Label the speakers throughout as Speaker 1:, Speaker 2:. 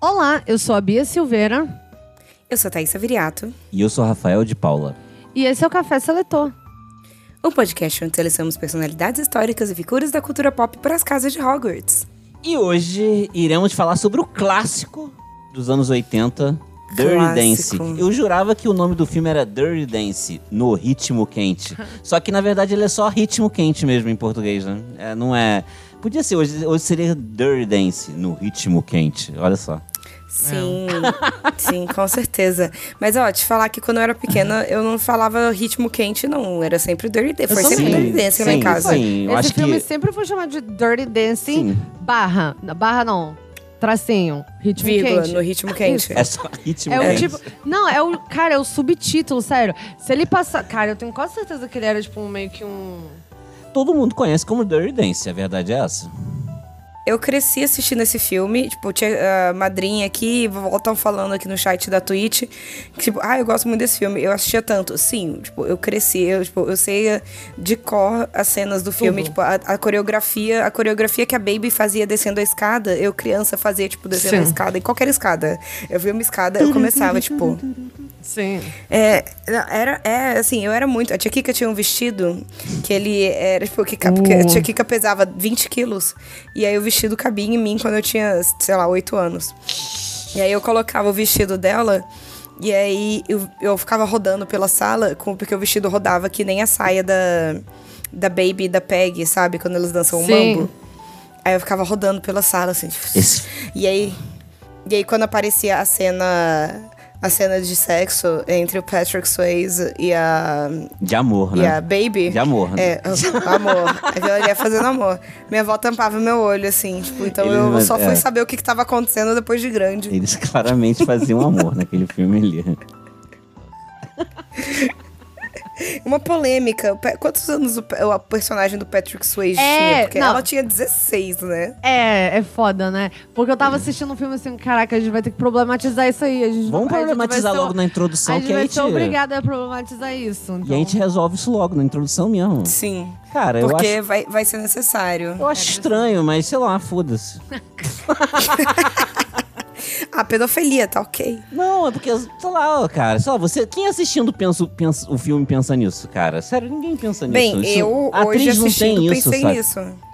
Speaker 1: olá, eu sou a Bia Silveira
Speaker 2: Eu sou Thaisa Viriato,
Speaker 3: E eu sou Rafael de Paula.
Speaker 1: e esse é o Café Seletor.
Speaker 2: um podcast onde selecionamos personalidades históricas e figuras da cultura pop para as casas de Hogwarts.
Speaker 3: E hoje iremos falar sobre o clássico dos anos 80, Dirty
Speaker 2: Clássico.
Speaker 3: Dancing. Eu jurava que o nome do filme era Dirty Dancing, no Ritmo Quente. Só que na verdade ele é só Ritmo Quente mesmo em português, né? É, não é. Podia ser, hoje, hoje seria Dirty Dancing, no Ritmo Quente. Olha só.
Speaker 2: Sim, sim, com certeza. Mas ó, te falar que quando eu era pequena, eu não falava ritmo quente, não. Era sempre Dirty Dance. Foi
Speaker 3: Eu
Speaker 2: sempre
Speaker 3: também.
Speaker 2: Dirty Dance lá
Speaker 3: Sim,
Speaker 2: em casa.
Speaker 3: Sim, eu
Speaker 1: esse
Speaker 3: acho
Speaker 1: filme
Speaker 3: que.
Speaker 1: sempre foi chamado de Dirty Dancing
Speaker 3: Sim.
Speaker 1: barra, barra não, tracinho, ritmo
Speaker 2: Vírgula,
Speaker 1: quente.
Speaker 2: no ritmo quente.
Speaker 3: É só Ritmo
Speaker 1: É o
Speaker 3: Quente.
Speaker 1: tipo. Não, é o. Cara, é o subtítulo, sério. Se ele passar. Cara, eu tenho quase certeza que ele era, tipo, um- meio que um.
Speaker 3: Todo mundo conhece como Dirty Dancing, a verdade é essa.
Speaker 2: Eu cresci assistindo esse filme, tipo, tinha a madrinha aqui, voltam falando aqui no chat da Twitch, que, tipo, ah, eu gosto muito desse filme, eu assistia tanto. Sim, tipo, eu cresci, eu, tipo, eu sei eh, de cor as cenas do filme,
Speaker 1: Tudo.
Speaker 2: tipo, a, a coreografia, a coreografia que a Baby fazia descendo a escada, eu criança fazia, tipo, descendo a
Speaker 1: Sim.
Speaker 2: escada, em qualquer escada. Eu vi uma escada, eu começava, tipo,
Speaker 1: Sim.
Speaker 2: é, não, era, é, assim, eu era muito. A Tia Kika tinha um vestido que ele era, tipo, que, ca- porque a Tia Kika pesava 20 quilos. E aí o vestido cabia em mim quando eu tinha, sei lá, 8 anos. E aí eu colocava o vestido dela. E aí eu, eu ficava rodando pela sala, com, porque o vestido rodava que nem a saia da, da Baby e da Peg, sabe? Quando elas dançam o
Speaker 1: Sim.
Speaker 2: mambo. Aí eu ficava rodando pela sala, assim. tipo,
Speaker 3: Esse-
Speaker 2: E aí. E aí quando aparecia a cena. A cena de sexo entre o Patrick Swayze e a.
Speaker 3: De amor, né?
Speaker 2: E a Baby.
Speaker 3: De amor, né?
Speaker 2: É, o- amor. Aquela ali é fazendo amor. Minha avó tampava meu olho, assim, tipo, então
Speaker 3: Eles
Speaker 2: eu
Speaker 3: man-
Speaker 2: só fui
Speaker 3: é.
Speaker 2: saber o que, que tava acontecendo depois de grande.
Speaker 3: Eles claramente faziam amor naquele filme ali.
Speaker 2: Uma polêmica. o Pe- Quantos anos o, pe- o personagem do Patrick Swayze
Speaker 1: É,
Speaker 2: tinha? Porque
Speaker 1: não.
Speaker 2: ela tinha 16, né?
Speaker 1: É, é foda, né? Porque eu
Speaker 3: É.
Speaker 1: tava assistindo um filme assim, caraca, a gente vai ter que problematizar isso aí. A gente
Speaker 3: Vamos
Speaker 1: não- a gente
Speaker 3: problematizar
Speaker 1: vai ser-
Speaker 3: logo na introdução,
Speaker 1: A gente
Speaker 3: que
Speaker 1: vai
Speaker 3: a gente.
Speaker 1: ser obrigado a problematizar isso.
Speaker 3: E a
Speaker 1: então.
Speaker 3: gente resolve isso logo na introdução mesmo.
Speaker 2: Sim.
Speaker 3: Cara, eu
Speaker 2: Porque é
Speaker 3: acho,
Speaker 2: vai, vai ser necessário.
Speaker 3: eu acho estranho, mas sei lá, foda-se.
Speaker 2: Ah, pedofilia, tá ok.
Speaker 3: Não, é porque, sei lá, cara, sei lá, você. Quem assistindo pensa, pensa- o filme pensa nisso, cara? Sério, ninguém pensa nisso.
Speaker 2: Bem,
Speaker 3: Isso-
Speaker 2: eu
Speaker 3: a
Speaker 2: hoje
Speaker 3: atriz
Speaker 2: assistindo
Speaker 3: não tem isso,
Speaker 2: pensei
Speaker 3: sabe?
Speaker 2: nisso.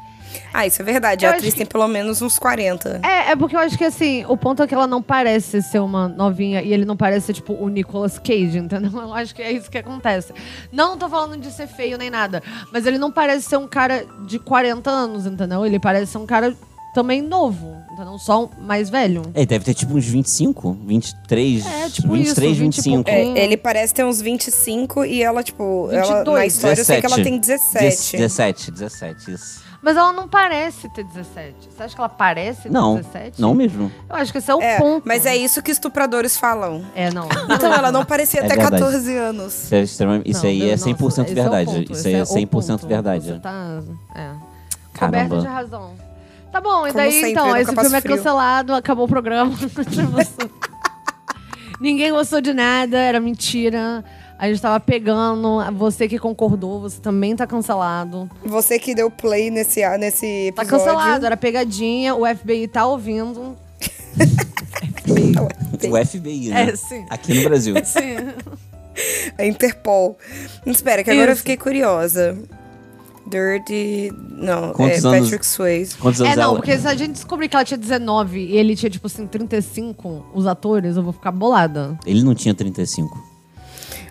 Speaker 2: Ah, isso é verdade.
Speaker 1: Eu
Speaker 2: a
Speaker 1: acho
Speaker 2: atriz
Speaker 1: que-
Speaker 2: tem pelo menos uns 40.
Speaker 1: É, é porque eu acho que assim, o ponto é que ela não parece ser uma novinha e ele não parece ser, tipo, o Nicolas Cage, entendeu? Eu acho que é isso que acontece. Não tô falando de ser feio nem nada, mas ele não parece ser um cara de 40 anos, entendeu? Ele parece ser um cara também novo, entendeu? Só um mais velho.
Speaker 3: É, deve ter tipo uns 25, 23,
Speaker 1: É, tipo
Speaker 3: 23,
Speaker 1: isso, 20 e
Speaker 3: 25.
Speaker 1: pouquinho.
Speaker 2: É, ele parece ter uns 25 e ela, tipo, ela,
Speaker 1: 22.
Speaker 2: na história eu sei que ela tem 17.
Speaker 3: 17, 17, isso.
Speaker 1: Mas ela não parece ter 17. Você acha que ela parece ter
Speaker 3: Não,
Speaker 1: 17?
Speaker 3: não mesmo.
Speaker 1: Eu acho que esse é o
Speaker 2: É,
Speaker 1: ponto.
Speaker 2: mas é isso que estupradores falam.
Speaker 1: É, não.
Speaker 2: Então ela não parecia
Speaker 3: É
Speaker 2: até
Speaker 3: verdade.
Speaker 2: 14 anos.
Speaker 3: Isso, é extremamente- isso
Speaker 1: Não,
Speaker 3: aí
Speaker 1: Deus,
Speaker 3: é
Speaker 1: não,
Speaker 3: 100%
Speaker 1: esse é o
Speaker 3: verdade.
Speaker 1: ponto,
Speaker 3: isso
Speaker 1: esse
Speaker 3: aí é
Speaker 1: o
Speaker 3: 100%
Speaker 1: ponto.
Speaker 3: verdade.
Speaker 1: Você tá. É.
Speaker 3: Caramba.
Speaker 1: Coberto de razão. Tá bom, e
Speaker 2: Como
Speaker 1: daí
Speaker 2: sempre, eu
Speaker 1: então,
Speaker 2: nunca
Speaker 1: esse
Speaker 2: passo
Speaker 1: filme é
Speaker 2: frio.
Speaker 1: cancelado, acabou o programa. Ninguém gostou de nada, era mentira. A gente tava pegando, você que concordou, você também tá cancelado.
Speaker 2: Você que deu play nesse, nesse
Speaker 1: Tá
Speaker 2: episódio.
Speaker 1: cancelado, era pegadinha, o FBI tá ouvindo.
Speaker 3: O FBI, né?
Speaker 1: É, sim.
Speaker 3: Aqui no Brasil.
Speaker 1: Sim.
Speaker 2: A É Interpol. Espera, que agora eu
Speaker 1: Isso.
Speaker 2: fiquei curiosa. Dirty. Não,
Speaker 3: Quantos
Speaker 2: é
Speaker 3: anos-
Speaker 2: Patrick Swayze.
Speaker 3: Quantos anos
Speaker 1: É, não,
Speaker 3: ela-
Speaker 1: porque se a gente descobrir que ela tinha 19 e ele tinha, tipo assim, 35, os atores, eu vou ficar bolada.
Speaker 3: Ele não tinha 35.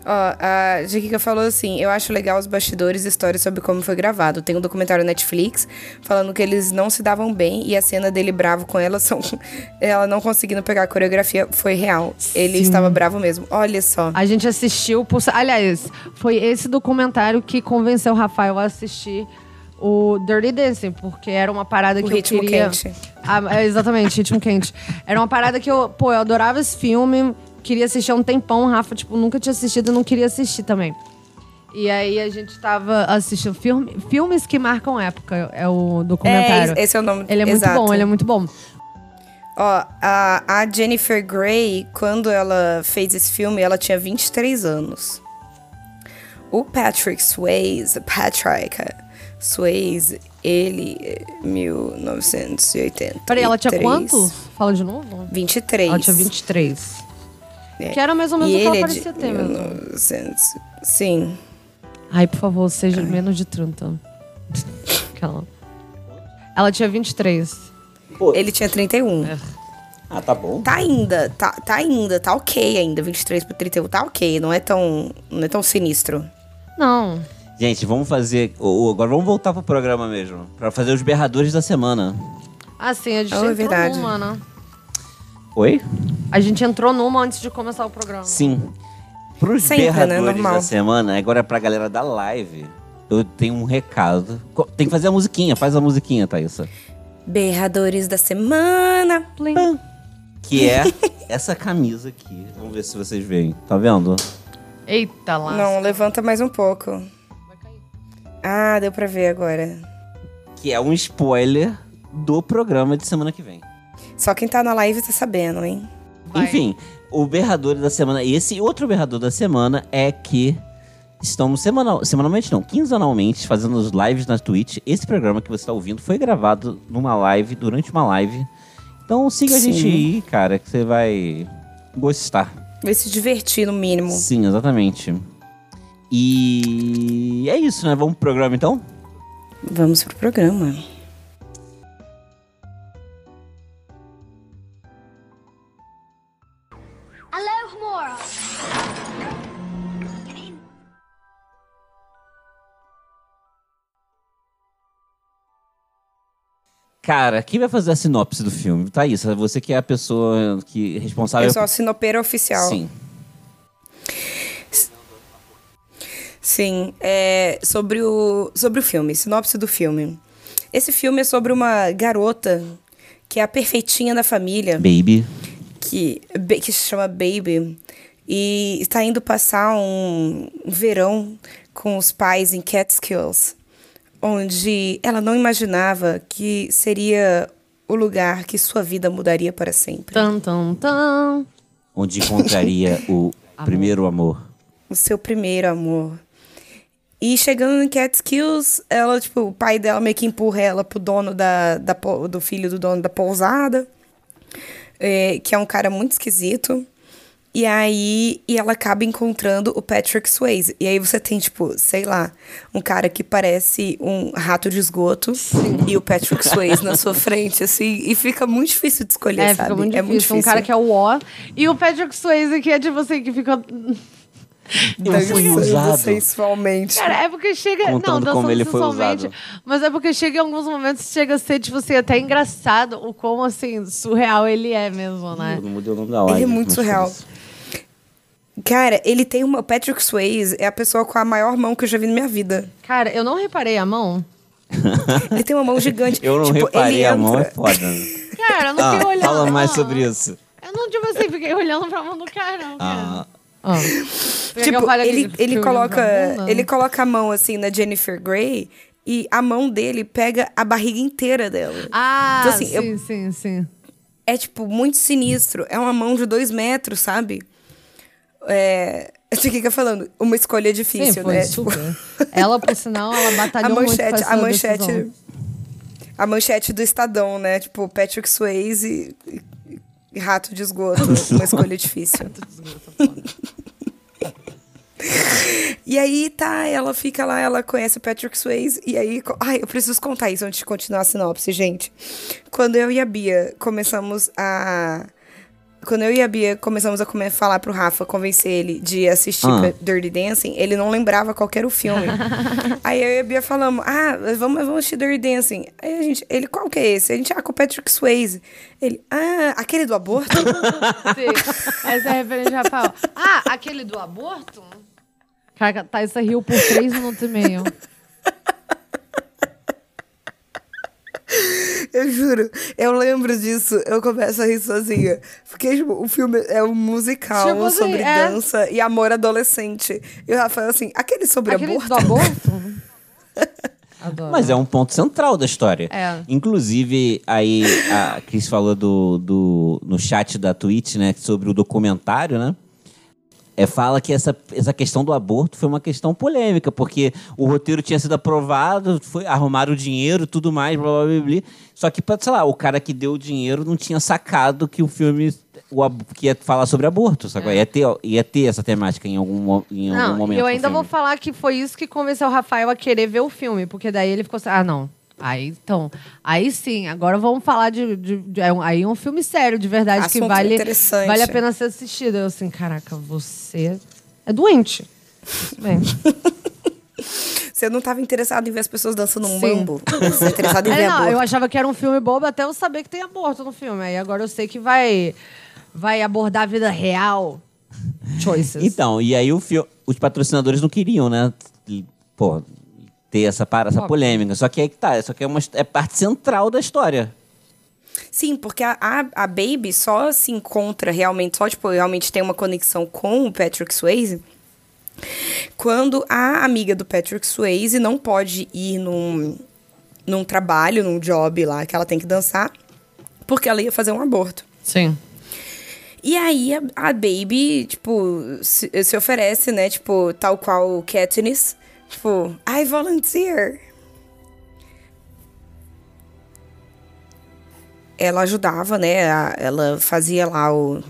Speaker 2: Ó, a Jaquica falou assim: eu acho legal os bastidores e histórias sobre como foi gravado. Tem um documentário na Netflix falando que eles não se davam bem e a cena dele bravo com ela são. ela não conseguindo pegar a coreografia foi real. Ele
Speaker 1: Sim.
Speaker 2: estava bravo mesmo. Olha só.
Speaker 1: A gente assistiu. Por... Aliás, foi esse documentário que convenceu o Rafael a assistir o Dirty Dancing, porque era uma parada
Speaker 2: O
Speaker 1: que
Speaker 2: ritmo
Speaker 1: eu queria.
Speaker 2: quente.
Speaker 1: Ah, é, exatamente, ritmo quente. Era uma parada que eu, pô, eu adorava esse filme, queria assistir há um tempão, o Rafa, tipo, nunca tinha assistido, não queria assistir também. E aí a gente tava assistindo filme, filmes que marcam época, é o documentário.
Speaker 2: É, esse é o nome
Speaker 1: Ele é muito
Speaker 2: exato.
Speaker 1: bom, ele é muito bom.
Speaker 2: Ó, a, a Jennifer Grey, quando ela fez esse filme, ela tinha 23 anos. O Patrick Swayze, Patrick Swayze, ele é 1980.
Speaker 1: Peraí, ela tinha quantos? Fala de novo.
Speaker 2: 23.
Speaker 1: Ela Ah, tinha 23.
Speaker 2: É.
Speaker 1: Que era mais ou menos
Speaker 2: E
Speaker 1: o que ela
Speaker 2: ele é
Speaker 1: parecia
Speaker 2: de
Speaker 1: ter né? mesmo.
Speaker 2: 1900. Sim.
Speaker 1: Ai, por favor, seja menos de 30. Aquela. Ela tinha 23.
Speaker 3: Pô,
Speaker 2: Ele tinha 31.
Speaker 1: É.
Speaker 3: Ah, tá bom.
Speaker 2: Tá ainda, tá, tá ainda, tá ok ainda. 23 pra 31 tá ok, não é tão, não é tão sinistro.
Speaker 1: Não.
Speaker 3: Gente, vamos fazer. ô, ô, agora vamos voltar pro programa mesmo. Pra fazer os berradores da semana.
Speaker 1: Assim, a gente
Speaker 2: Oh, é
Speaker 1: entrou
Speaker 2: verdade.
Speaker 1: numa, né?
Speaker 3: Oi?
Speaker 1: A gente entrou numa antes de começar o programa.
Speaker 3: Sim. Pros
Speaker 2: Sempre, né?
Speaker 3: berradores da
Speaker 2: Normal.
Speaker 3: semana, agora é pra galera da live, eu tenho um recado. Co- Tem que fazer a musiquinha, faz a musiquinha, Thaísa.
Speaker 2: Berradores da semana. Hum,
Speaker 1: Plim.
Speaker 3: Que é essa camisa aqui. Vamos ver se vocês veem. Tá vendo?
Speaker 1: Eita lá.
Speaker 2: Não, levanta mais um pouco. Ah, deu pra ver agora.
Speaker 3: Que é um spoiler do programa de semana que vem.
Speaker 2: Só quem tá na live tá sabendo, hein?
Speaker 1: Vai.
Speaker 3: Enfim, o berrador da semana, e esse outro berrador da semana é que estamos semanal, semanalmente não, quinzenalmente fazendo as lives na Twitch. Esse programa que você está ouvindo foi gravado numa live, durante uma live. Então siga a gente
Speaker 2: Sim.
Speaker 3: aí, cara, que você vai gostar.
Speaker 2: Vai se divertir no mínimo.
Speaker 3: Sim, exatamente. E é isso, né? Vamos pro programa então?
Speaker 2: Vamos pro programa.
Speaker 4: I love moral.
Speaker 3: Cara, quem vai fazer a sinopse do filme? Tá isso, você que é a pessoa que é responsável
Speaker 2: Eu sou a sinopeira oficial.
Speaker 3: Sim.
Speaker 2: Sim, é sobre o, sobre o filme, sinopse do filme. Esse filme é sobre uma garota que é a perfeitinha da família,
Speaker 3: Baby.
Speaker 2: que, be- que se chama Baby, e está indo passar um verão com os pais em Catskills, onde ela não imaginava que seria o lugar que sua vida mudaria para sempre.
Speaker 1: Tan, tan, tan.
Speaker 3: onde encontraria o primeiro amor.
Speaker 2: o seu primeiro amor. E chegando em Catskills, ela, tipo, o pai dela meio que empurra ela pro dono da, da po- do filho do dono da pousada, é, que é um cara muito esquisito. E aí, e ela acaba encontrando o Patrick Swayze. E aí você tem, tipo, sei lá, um cara que parece um rato de esgoto e o Patrick Swayze na sua frente, assim. E fica muito difícil de escolher,
Speaker 1: É,
Speaker 2: sabe?
Speaker 1: fica muito difícil. Um cara que é o O. E o Patrick Swayze, que é tipo assim, que fica. é um
Speaker 3: Eu fui
Speaker 2: Dançando
Speaker 3: usado.
Speaker 2: sensualmente.
Speaker 1: Cara, é porque chega.
Speaker 3: Contando
Speaker 1: não,
Speaker 3: como
Speaker 1: dançando
Speaker 3: ele foi
Speaker 1: sensualmente. Mas é porque chega em alguns momentos, chega a ser, tipo assim, até engraçado o quão, assim, surreal ele é mesmo, né?
Speaker 3: Eu não mudei o nome da
Speaker 2: Ele
Speaker 3: live.
Speaker 2: é muito
Speaker 3: mas
Speaker 2: surreal.
Speaker 3: foda-se.
Speaker 2: Cara, ele tem uma. Patrick Swayze é a pessoa com a maior mão que eu já vi na minha vida.
Speaker 1: Cara, eu não reparei a mão.
Speaker 2: Ele tem uma mão gigante.
Speaker 3: Eu não
Speaker 2: tipo, ele
Speaker 3: reparei, a
Speaker 2: entra...
Speaker 3: mão é foda.
Speaker 1: Cara, eu não fiquei
Speaker 3: Ah,
Speaker 1: olhando.
Speaker 3: fala mais
Speaker 1: não.
Speaker 3: sobre isso.
Speaker 1: Eu não, tipo assim, fiquei olhando pra mão do cara. não, cara. é
Speaker 3: Ah,
Speaker 1: Ah. um
Speaker 2: Tipo, ele, ele, coloca,
Speaker 1: né?
Speaker 2: ele
Speaker 1: coloca.
Speaker 2: coloca a mão assim na Jennifer Grey e a mão dele pega a barriga inteira dela.
Speaker 1: Ah,
Speaker 2: Então, assim,
Speaker 1: sim,
Speaker 2: eu-
Speaker 1: sim, sim.
Speaker 2: É, tipo, muito sinistro. É uma mão de dois metros, sabe? É. Você fica falando, uma escolha difícil,
Speaker 1: Sim, foi
Speaker 2: né? Tipo,
Speaker 1: super. Ela, por sinal, ela
Speaker 2: a
Speaker 1: batalhou muito
Speaker 2: manchete,
Speaker 1: pra essa
Speaker 2: a manchete,
Speaker 1: decisão.
Speaker 2: a manchete do Estadão, né? Tipo, Patrick Swayze e, e rato de esgoto, uma escolha difícil. E aí tá, ela fica lá, ela conhece o Patrick Swayze. E aí, co- ai, eu preciso contar isso antes de continuar a sinopse, gente. Quando eu e a Bia começamos a. Quando eu e a Bia começamos a come- falar pro Rafa, convencer ele de assistir
Speaker 3: Ah.
Speaker 2: Pa- Dirty Dancing, ele não lembrava qual que era o filme. aí eu e a Bia falamos, ah, vamos, vamos assistir Dirty Dancing. Aí a gente, ele, qual que é esse? A gente, ah, com o Patrick Swayze. Ele, ah, aquele do aborto?
Speaker 1: Sim. Essa é a referência de Rafael. Ah, aquele do aborto? Caraca, Thaisa riu por três minutos e meio.
Speaker 2: Eu juro, eu lembro disso, eu começo a rir sozinha. Porque tipo, o filme é um musical
Speaker 1: Tipo assim,
Speaker 2: sobre
Speaker 1: é.
Speaker 2: dança e amor adolescente. E o Rafael assim, aquele sobre
Speaker 1: Aquele
Speaker 2: aborto?
Speaker 1: do aborto? Adoro.
Speaker 3: Mas é um ponto central da história.
Speaker 1: É.
Speaker 3: Inclusive, aí a Cris falou do, do, no chat da Twitch, né, sobre o documentário, né? É, fala que essa, essa questão do aborto foi uma questão polêmica, porque o roteiro tinha sido aprovado, foi arrumar o dinheiro, tudo mais, blá, blá, blá, blá. Só que, pra- sei lá, o cara que deu o dinheiro não tinha sacado que o filme o ab- que ia falar sobre aborto, sacou? Ia, ter, ia ter essa temática em algum, mo- em algum
Speaker 1: É. Não,
Speaker 3: momento.
Speaker 1: eu
Speaker 3: do
Speaker 1: ainda vou
Speaker 3: filme.
Speaker 1: falar que foi isso que convenceu o Rafael a querer ver o filme, porque daí ele ficou assim, ah, não. Aí então, aí sim, agora vamos falar de. de- de- é um- aí é um filme sério, de verdade, que
Speaker 2: Assunto
Speaker 1: vale,
Speaker 2: interessante.
Speaker 1: vale a pena ser assistido. Eu assim, caraca, você é doente. Tudo Bem.
Speaker 2: Você não estava interessado em ver as pessoas dançando um
Speaker 1: Sim.
Speaker 2: mambo? Você tá interessado em
Speaker 1: É,
Speaker 2: ver
Speaker 1: não,
Speaker 2: aborto?
Speaker 1: eu achava que era um filme bobo até eu saber que tem aborto no filme. Aí agora eu sei que vai, vai abordar a vida real. Choices.
Speaker 3: Então, e aí o fio- os patrocinadores não queriam, né? E, Pô, ter essa, para, essa polêmica. Só que aí que tá, só que é, uma, his- é parte central da história.
Speaker 2: Sim, porque a, a, a Baby só se encontra realmente, só tipo, realmente tem uma conexão com o Patrick Swayze quando a amiga do Patrick Swayze não pode ir num, num trabalho, num job lá que ela tem que dançar, porque ela ia fazer um aborto.
Speaker 1: Sim.
Speaker 2: E aí a, a Baby, tipo, se, se oferece, né? Tipo, tal qual Katniss. Tipo, I volunteer. Ela ajudava, né? a- ela fazia lá o,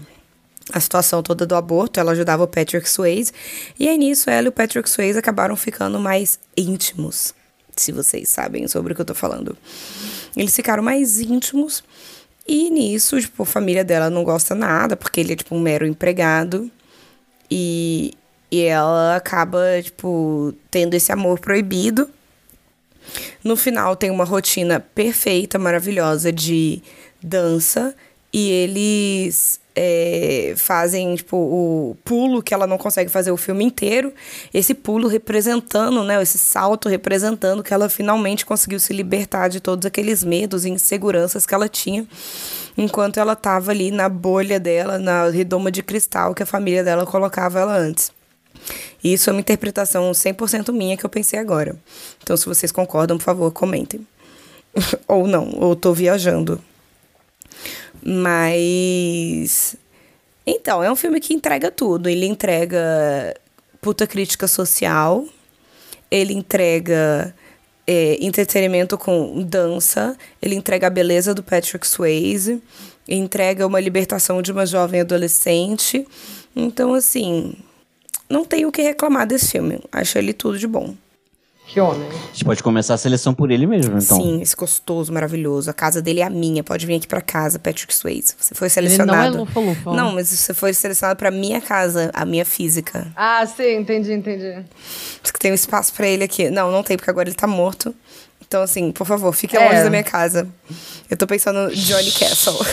Speaker 2: a situação toda do aborto, ela ajudava o Patrick Swayze. E aí nisso, ela e o Patrick Swayze acabaram ficando mais íntimos. Se vocês sabem sobre o que eu tô falando. Eles ficaram mais íntimos. E nisso, tipo, a família dela não gosta nada, porque ele é, tipo, um mero empregado. E, e ela acaba, tipo, tendo esse amor proibido. No final tem uma rotina perfeita, maravilhosa de dança. E eles é, fazem, tipo, o pulo que ela não consegue fazer o filme inteiro. Esse pulo representando, né? Esse salto representando que ela finalmente conseguiu se libertar de todos aqueles medos e inseguranças que ela tinha. Enquanto ela tava ali na bolha dela, na redoma de cristal que a família dela colocava ela antes. E Isso é uma interpretação 100% minha que eu pensei agora. Então, se vocês concordam, por favor, comentem. ou não, ou tô viajando. Mas. Então, é um filme que entrega tudo. Ele entrega puta crítica social, ele entrega é, entretenimento com dança, ele entrega a beleza do Patrick Swayze, entrega uma libertação de uma jovem adolescente. Então, assim, não tenho o que reclamar desse filme. Acho ele tudo de bom.
Speaker 1: Que homem.
Speaker 3: A gente pode começar a seleção por ele mesmo, então.
Speaker 2: Sim, esse gostoso, maravilhoso. A casa dele é a minha. Pode vir aqui pra casa, Patrick Swayze. Você
Speaker 1: não
Speaker 2: foi
Speaker 1: é
Speaker 2: selecionado.
Speaker 1: lufa-lufa.
Speaker 2: Não, mas você foi selecionado pra minha casa, a minha física.
Speaker 1: Ah, sim, entendi, entendi.
Speaker 2: Diz que tem um espaço pra ele aqui. Não, não tem, porque agora ele tá morto. Então, assim, por favor, fique
Speaker 1: É.
Speaker 2: longe da minha casa. Eu tô pensando no Johnny Castle.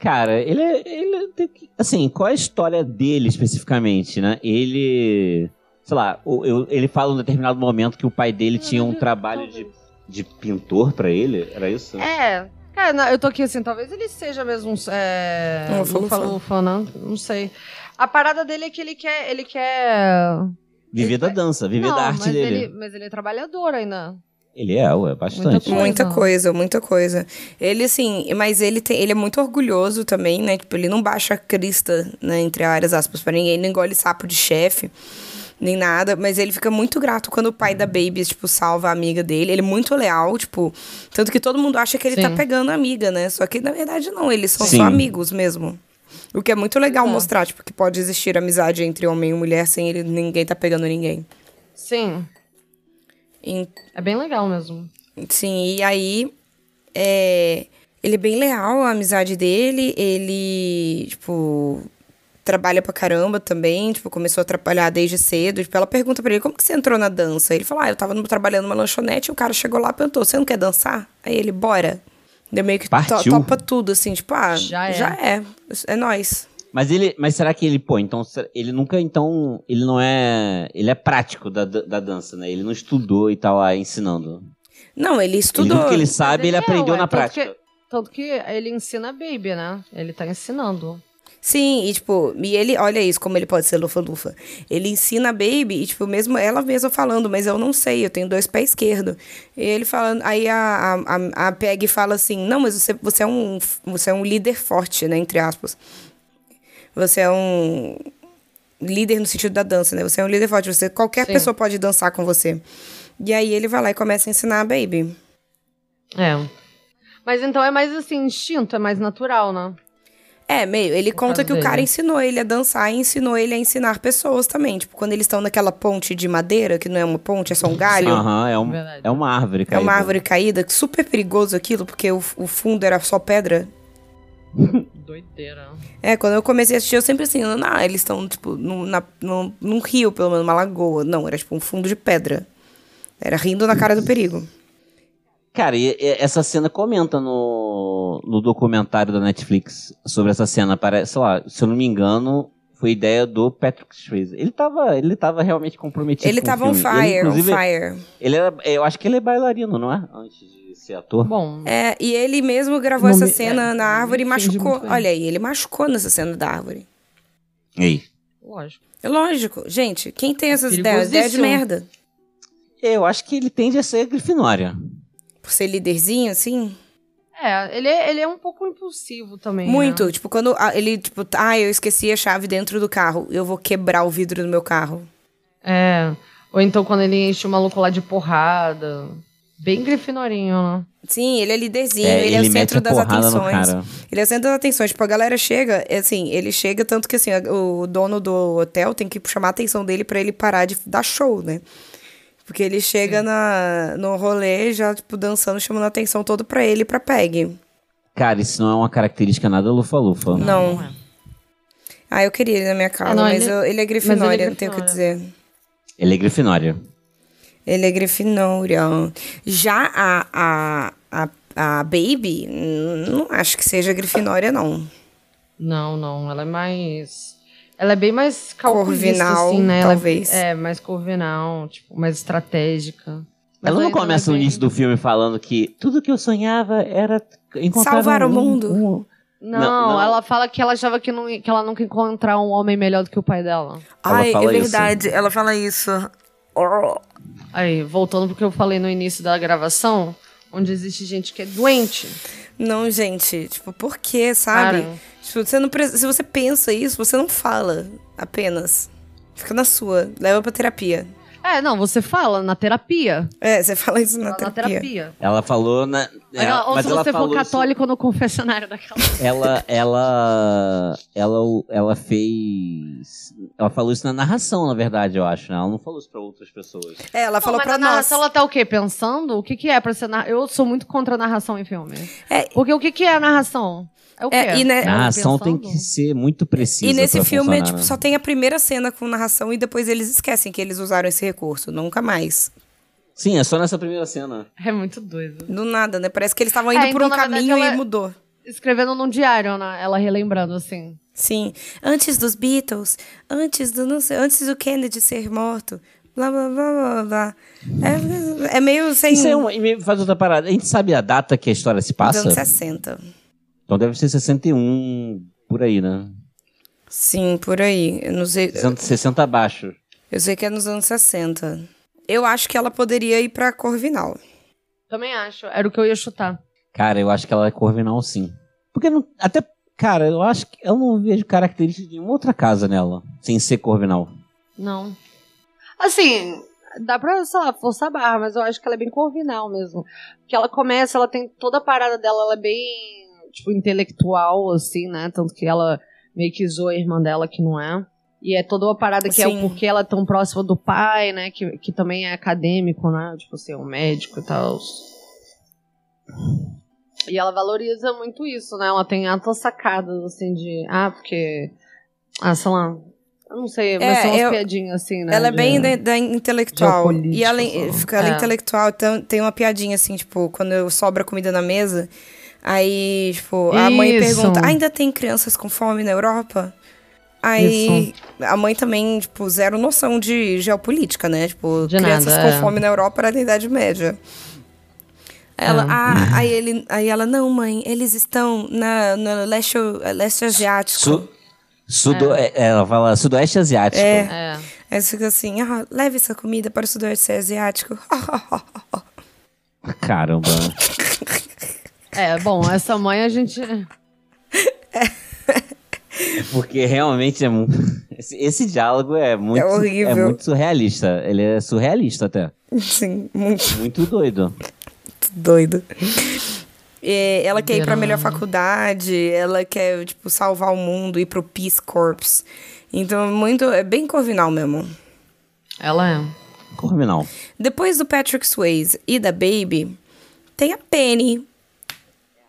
Speaker 3: Cara, ele, é- ele tem que- assim, qual é a história dele especificamente, né? Ele, sei lá, o- eu- ele fala em um determinado momento que o pai dele tinha um trabalho de, de pintor pra ele, era isso?
Speaker 1: É. Cara, não, eu tô aqui assim, talvez ele seja mesmo um. É,
Speaker 2: Um
Speaker 1: não
Speaker 2: lufa-lufa.
Speaker 1: falo fã, não, não sei. A parada dele é que ele quer. Ele quer.
Speaker 3: Viver da dança, viver
Speaker 1: não,
Speaker 3: da arte
Speaker 1: mas
Speaker 3: dele.
Speaker 1: Ele, mas ele é trabalhador ainda.
Speaker 3: Ele é, ué, bastante.
Speaker 1: coisa.
Speaker 2: Muita
Speaker 1: Não.
Speaker 2: coisa, muita coisa. Ele, assim, mas ele, tem, ele é muito orgulhoso também, né? Tipo, ele não baixa a crista, né? Entre várias aspas, pra ninguém, não engole sapo de chefe, nem nada. Mas ele fica muito grato quando o pai da Baby, tipo, salva a amiga dele. Ele é muito leal, tipo. Tanto que todo mundo acha que ele
Speaker 1: Sim.
Speaker 2: tá pegando a amiga, né? Só que na verdade não, eles são
Speaker 3: Sim.
Speaker 2: só amigos mesmo. O que é muito legal mostrar, tipo, que pode existir amizade entre homem e mulher sem ele, ninguém tá pegando ninguém.
Speaker 1: Sim.
Speaker 2: Em-
Speaker 1: É bem legal mesmo.
Speaker 2: Sim, e aí é, ele é bem leal à amizade dele, ele, tipo, trabalha pra caramba também, tipo, começou a trabalhar desde cedo. Tipo, ela pergunta pra ele, como que você entrou na dança? Ele fala, ah, eu tava no- trabalhando numa lanchonete, o cara chegou lá e perguntou, você não quer dançar? Aí ele, bora. Deu meio que to-
Speaker 3: Partiu.
Speaker 2: topa tudo, assim, tipo, ah,
Speaker 1: Já é.
Speaker 2: já é, é nóis.
Speaker 3: Mas ele, mas será que ele, pô, então ser- ele nunca, então, ele não é, ele é prático da, da da dança, né? Ele não estudou e tá lá ensinando.
Speaker 2: Não, ele
Speaker 3: Tudo
Speaker 2: estudou.
Speaker 3: que ele sabe, ele
Speaker 1: é,
Speaker 3: aprendeu
Speaker 1: ué,
Speaker 3: na
Speaker 1: tanto
Speaker 3: prática.
Speaker 1: que- tanto que ele ensina a Baby, né? Ele tá ensinando.
Speaker 2: Sim, e tipo, e ele, olha isso, como ele pode ser lufa-lufa. Ele ensina a Baby, e tipo, mesmo ela mesma falando, mas eu não sei, eu tenho dois pés esquerdo. E ele falando, aí a, a, a- a Peg fala assim, não, mas você, você, é um, você é um líder forte, né, entre aspas. Você é um líder no sentido da dança, né? Você é um líder forte, você, qualquer
Speaker 1: Sim.
Speaker 2: pessoa pode dançar com você. E aí ele vai lá e começa a ensinar a Baby.
Speaker 1: É. Mas então é mais assim, instinto, é mais natural, né?
Speaker 2: É, meio. Ele conta
Speaker 1: caso
Speaker 2: que o cara
Speaker 1: dele.
Speaker 2: ensinou ele a dançar e ensinou ele a ensinar pessoas também. Tipo, quando eles estão naquela ponte de madeira, que não é uma ponte, é só um galho.
Speaker 3: Aham, é, um,
Speaker 1: Verdade.
Speaker 3: é uma árvore,
Speaker 2: É
Speaker 3: cara.
Speaker 2: uma árvore caída, super perigoso aquilo, porque o, o fundo era só pedra.
Speaker 1: Doideira.
Speaker 2: É, quando eu comecei a assistir, eu sempre assim, ah, eles estão, tipo, num, na, num, num rio, pelo menos, uma lagoa. Não, era tipo um fundo de pedra. Era rindo na cara do perigo.
Speaker 3: Cara, e, e essa cena comenta no, no documentário da Netflix sobre essa cena. Parece, sei lá, se eu não me engano, foi ideia do Patrick Swayze. Ele tava, ele tava realmente comprometido
Speaker 2: ele
Speaker 3: com
Speaker 2: tava
Speaker 3: o
Speaker 2: on
Speaker 3: Tipo um filme. Ele,
Speaker 2: fire, on
Speaker 3: inclusive,
Speaker 2: fire.
Speaker 3: Ele era, eu acho que ele é bailarino, não é? Antes de ser ator.
Speaker 1: Bom,
Speaker 2: É, e ele mesmo gravou
Speaker 1: Não
Speaker 2: essa
Speaker 1: me-
Speaker 2: cena
Speaker 1: é, não
Speaker 2: na
Speaker 1: me
Speaker 2: árvore e
Speaker 1: finge muito
Speaker 2: machucou.
Speaker 1: bem.
Speaker 2: Olha aí, ele machucou nessa cena da árvore.
Speaker 3: Ei.
Speaker 1: lógico.
Speaker 2: É Lógico, gente, quem tem essas ideias? Ideia de
Speaker 1: Perigosíssimo.
Speaker 2: merda.
Speaker 3: Eu acho que ele tende a ser grifinória.
Speaker 2: Por ser líderzinho, assim.
Speaker 1: É, ele é, ele é um pouco impulsivo também. né?
Speaker 2: Muito. Tipo, quando ah, ele, tipo, tá, ah, eu esqueci a chave dentro do carro. Eu vou quebrar o vidro do meu carro.
Speaker 1: É. Ou então quando ele enche o maluco lá de porrada. Bem grifinorinho, né?
Speaker 2: Sim, ele é líderzinho,
Speaker 3: É,
Speaker 2: ele, é o centro das
Speaker 3: porrada
Speaker 2: atenções.
Speaker 3: no cara.
Speaker 2: Ele é o centro das atenções. Tipo, a galera chega, assim, ele chega tanto que, assim, a- o dono do hotel tem que chamar a atenção dele pra ele parar de dar show, né? Porque ele chega na, no rolê já, tipo, dançando, chamando a atenção todo pra ele e pra Peg.
Speaker 3: Cara, isso não é uma característica nada lufa-lufa.
Speaker 2: Não.
Speaker 3: é.
Speaker 2: Ah, eu queria ele na minha casa,
Speaker 1: É, não,
Speaker 2: mas
Speaker 1: ele-
Speaker 2: eu- ele é Grifinória, não tenho o que
Speaker 1: Grifinória.
Speaker 2: dizer.
Speaker 3: Ele é grifinória.
Speaker 2: Ele é Grifinória. Já a, a, a, a Baby, hum, não acho que seja Grifinória, não.
Speaker 1: Não, não. Ela é mais. Ela é bem mais calculista,
Speaker 2: Corvinal,
Speaker 1: assim, né? Ela é-
Speaker 2: talvez.
Speaker 1: É, mais corvinal, tipo, mais estratégica. Mas
Speaker 3: Ela não
Speaker 1: aí
Speaker 3: começa
Speaker 1: é
Speaker 3: no
Speaker 1: bem-
Speaker 3: início do filme falando que tudo que eu sonhava era encontrar
Speaker 2: Salvar
Speaker 3: um-
Speaker 2: o mundo.
Speaker 3: um-
Speaker 1: Não,
Speaker 3: Não, não.
Speaker 1: ela fala que ela achava que, não, que ela nunca ia encontrar um homem melhor do que o pai dela.
Speaker 3: Ela
Speaker 2: é
Speaker 3: fala isso.
Speaker 2: Ela fala isso.
Speaker 1: Aí, voltando pro que eu falei no início da gravação, onde existe gente que é doente.
Speaker 2: Não, gente. Tipo, por quê, sabe?
Speaker 1: Cara.
Speaker 2: Tipo, você não pre- se você pensa isso, você não fala apenas. Fica na sua. Leva pra terapia.
Speaker 1: É, não, você fala na terapia.
Speaker 2: É, você fala isso na
Speaker 1: Fala na
Speaker 2: terapia.
Speaker 1: terapia.
Speaker 3: Ela falou na. ela-
Speaker 1: ou
Speaker 3: mas
Speaker 1: se
Speaker 3: ela
Speaker 1: você for
Speaker 3: falou isso-
Speaker 1: católico no confessionário daquela.
Speaker 3: ela, ela, ela, ela fez. Ela falou isso na narração, na verdade, eu acho. Né? Ela não falou isso pra outras pessoas.
Speaker 2: É, ela falou
Speaker 1: mas
Speaker 2: pra
Speaker 1: a
Speaker 2: nós.
Speaker 1: narração, ela tá o quê? Pensando? O que que é pra ser narração? Eu sou muito contra a narração em filme.
Speaker 2: É.
Speaker 1: Porque o que que é a narração? É o quê?
Speaker 2: É, e, né,
Speaker 1: Ela
Speaker 3: narração tem
Speaker 1: pensando?
Speaker 3: que ser muito precisa.
Speaker 2: E nesse
Speaker 3: pra
Speaker 2: filme,
Speaker 3: funcionar,
Speaker 2: tipo,
Speaker 3: né?
Speaker 2: só tem a primeira cena com narração e depois eles esquecem que eles usaram esse recurso. Nunca mais.
Speaker 3: Sim, é só nessa primeira cena.
Speaker 1: É muito doido.
Speaker 2: Do nada, né? Parece que eles estavam indo
Speaker 1: É,
Speaker 2: por
Speaker 1: então,
Speaker 2: um
Speaker 1: na verdade,
Speaker 2: caminho
Speaker 1: ela-
Speaker 2: e mudou.
Speaker 1: Escrevendo num diário, né? Ela relembrando, assim.
Speaker 2: Sim. Antes dos Beatles, antes do não sei, antes do Kennedy ser morto. Blá blá blá blá blá. É, é meio sem
Speaker 3: Isso é uma, e me faz outra parada. A gente sabe a data que a história se
Speaker 2: dos
Speaker 3: passa.
Speaker 2: anos 60.
Speaker 3: Então deve ser 61 por aí, né?
Speaker 2: Sim, por aí. Eu não sei.
Speaker 3: 60 abaixo.
Speaker 2: Eu sei que é nos anos 60. Eu acho que ela poderia ir pra Corvinal.
Speaker 1: Também acho. Era o que eu ia chutar.
Speaker 3: Cara, eu acho que ela é Corvinal sim. Porque não, até, cara, eu acho que eu não vejo característica de nenhuma outra casa nela, sem ser Corvinal.
Speaker 1: Não. Assim, dá pra, sei lá, forçar a barra, mas eu acho que ela é bem corvinal mesmo. Porque ela começa, ela tem toda a parada dela, ela é bem, tipo, intelectual, assim, né? Tanto que ela meio que zoa a irmã dela, que não é. E é toda uma parada que é
Speaker 2: Sim.
Speaker 1: o porquê ela é tão próxima do pai, né? Que, que também é acadêmico, né? Tipo assim, é um médico e tal. E ela valoriza muito isso, né? Ela tem altas sacadas, assim, de. Ah, porque. Ah, sei lá. Eu não sei, mas
Speaker 2: É,
Speaker 1: são umas
Speaker 2: eu-
Speaker 1: piadinhas assim, né?
Speaker 2: Ela é bem
Speaker 1: de-
Speaker 2: da, da intelectual.
Speaker 1: geopolítica,
Speaker 2: E ela,
Speaker 1: só.
Speaker 2: fica, ela é
Speaker 1: É.
Speaker 2: intelectual, então tem uma piadinha assim, tipo, quando sobra comida na mesa, aí, tipo, a mãe
Speaker 1: Isso.
Speaker 2: pergunta: ainda tem crianças com fome na Europa? Aí a mãe também, tipo, zero noção de geopolítica, né? Tipo,
Speaker 1: De
Speaker 2: crianças
Speaker 1: nada,
Speaker 2: com
Speaker 1: é.
Speaker 2: fome na Europa era da Idade Média. Ela,
Speaker 1: É.
Speaker 2: ah, aí, ele, aí ela, não, mãe, eles estão na, no leste, leste asiático.
Speaker 3: Su- sudo- é, Ela fala sudoeste asiático.
Speaker 2: É.
Speaker 1: É.
Speaker 2: Aí você fica assim, ah, leve essa comida para o sudoeste asiático.
Speaker 3: Caramba.
Speaker 1: É, bom, essa mãe a gente.
Speaker 3: Porque realmente é muito. Esse, esse diálogo é muito.
Speaker 2: É horrível.
Speaker 3: É muito surrealista. Ele é surrealista até.
Speaker 2: Sim, muito
Speaker 3: Muito doido.
Speaker 2: doido. É, ela quer ir pra
Speaker 1: Verão.
Speaker 2: melhor faculdade, ela quer, tipo, salvar o mundo, ir pro Peace Corps. Então, é muito, é bem corvinal mesmo.
Speaker 1: Ela é.
Speaker 3: Corminal.
Speaker 2: Depois do Patrick Swayze e da Baby, tem a Penny,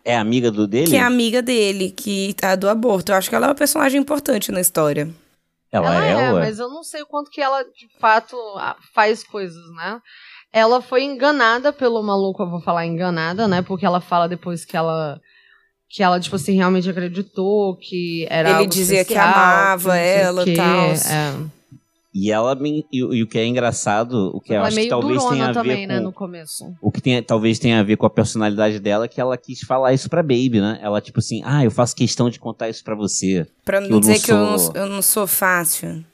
Speaker 3: É amiga do dele?
Speaker 2: que é amiga dele, que tá do aborto. Eu acho que ela é uma personagem importante na história.
Speaker 3: Ela,
Speaker 1: Ela,
Speaker 3: é,
Speaker 1: é,
Speaker 3: ué.
Speaker 1: mas eu não sei o quanto que ela, de fato, a- faz coisas, né? Ela foi enganada pelo maluco, eu vou falar enganada, né? Porque ela fala depois que ela. Que ela, tipo assim, realmente acreditou que era.
Speaker 2: Ele
Speaker 1: algo
Speaker 2: dizia que
Speaker 1: especial,
Speaker 2: amava
Speaker 1: não sei o
Speaker 2: ela,
Speaker 1: quê,
Speaker 2: tals.
Speaker 1: é.
Speaker 3: E ela me- e, o- e o que é engraçado, o que eu
Speaker 1: Ela é
Speaker 3: acho que
Speaker 1: meio
Speaker 3: talvez tenha
Speaker 1: durona
Speaker 3: a ver
Speaker 1: também,
Speaker 3: com
Speaker 1: né? No começo.
Speaker 3: o que tem, talvez tenha a ver com a personalidade dela, que ela quis falar isso pra Baby, né? Ela tipo assim, ah, eu faço questão de contar isso pra você.
Speaker 2: Pra
Speaker 3: Eu
Speaker 2: não
Speaker 3: não
Speaker 2: dizer que eu não,
Speaker 3: sou-
Speaker 2: eu não sou fácil.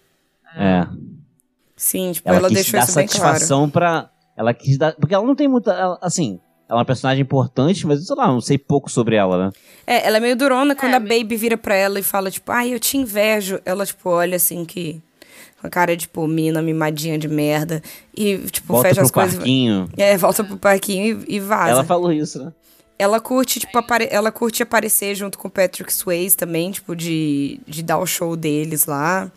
Speaker 1: Ah.
Speaker 3: É.
Speaker 2: Sim, tipo,
Speaker 3: Ela,
Speaker 2: ela,
Speaker 3: quis
Speaker 2: deixou
Speaker 3: dar
Speaker 2: isso bem claro.
Speaker 3: satisfação pra. Ela quis dar. Porque ela não tem muita. ela- assim, ela é uma personagem importante, mas sei lá, eu não sei pouco sobre ela, né?
Speaker 2: É, ela é meio durona quando a Baby vira pra ela e fala, tipo, ai, eu te invejo. Ela, tipo, olha assim que. Com a cara, tipo, menina mimadinha de merda. E, tipo,
Speaker 3: Volta
Speaker 2: fecha
Speaker 3: pro
Speaker 2: as coisas.
Speaker 3: parquinho.
Speaker 2: É, volta pro parquinho e, e vaza.
Speaker 3: Ela
Speaker 2: Ela,
Speaker 3: falou isso, né?
Speaker 2: curte, tipo, apare- ela curte aparecer junto com o Patrick Swayze também, tipo, de, de dar o show deles lá.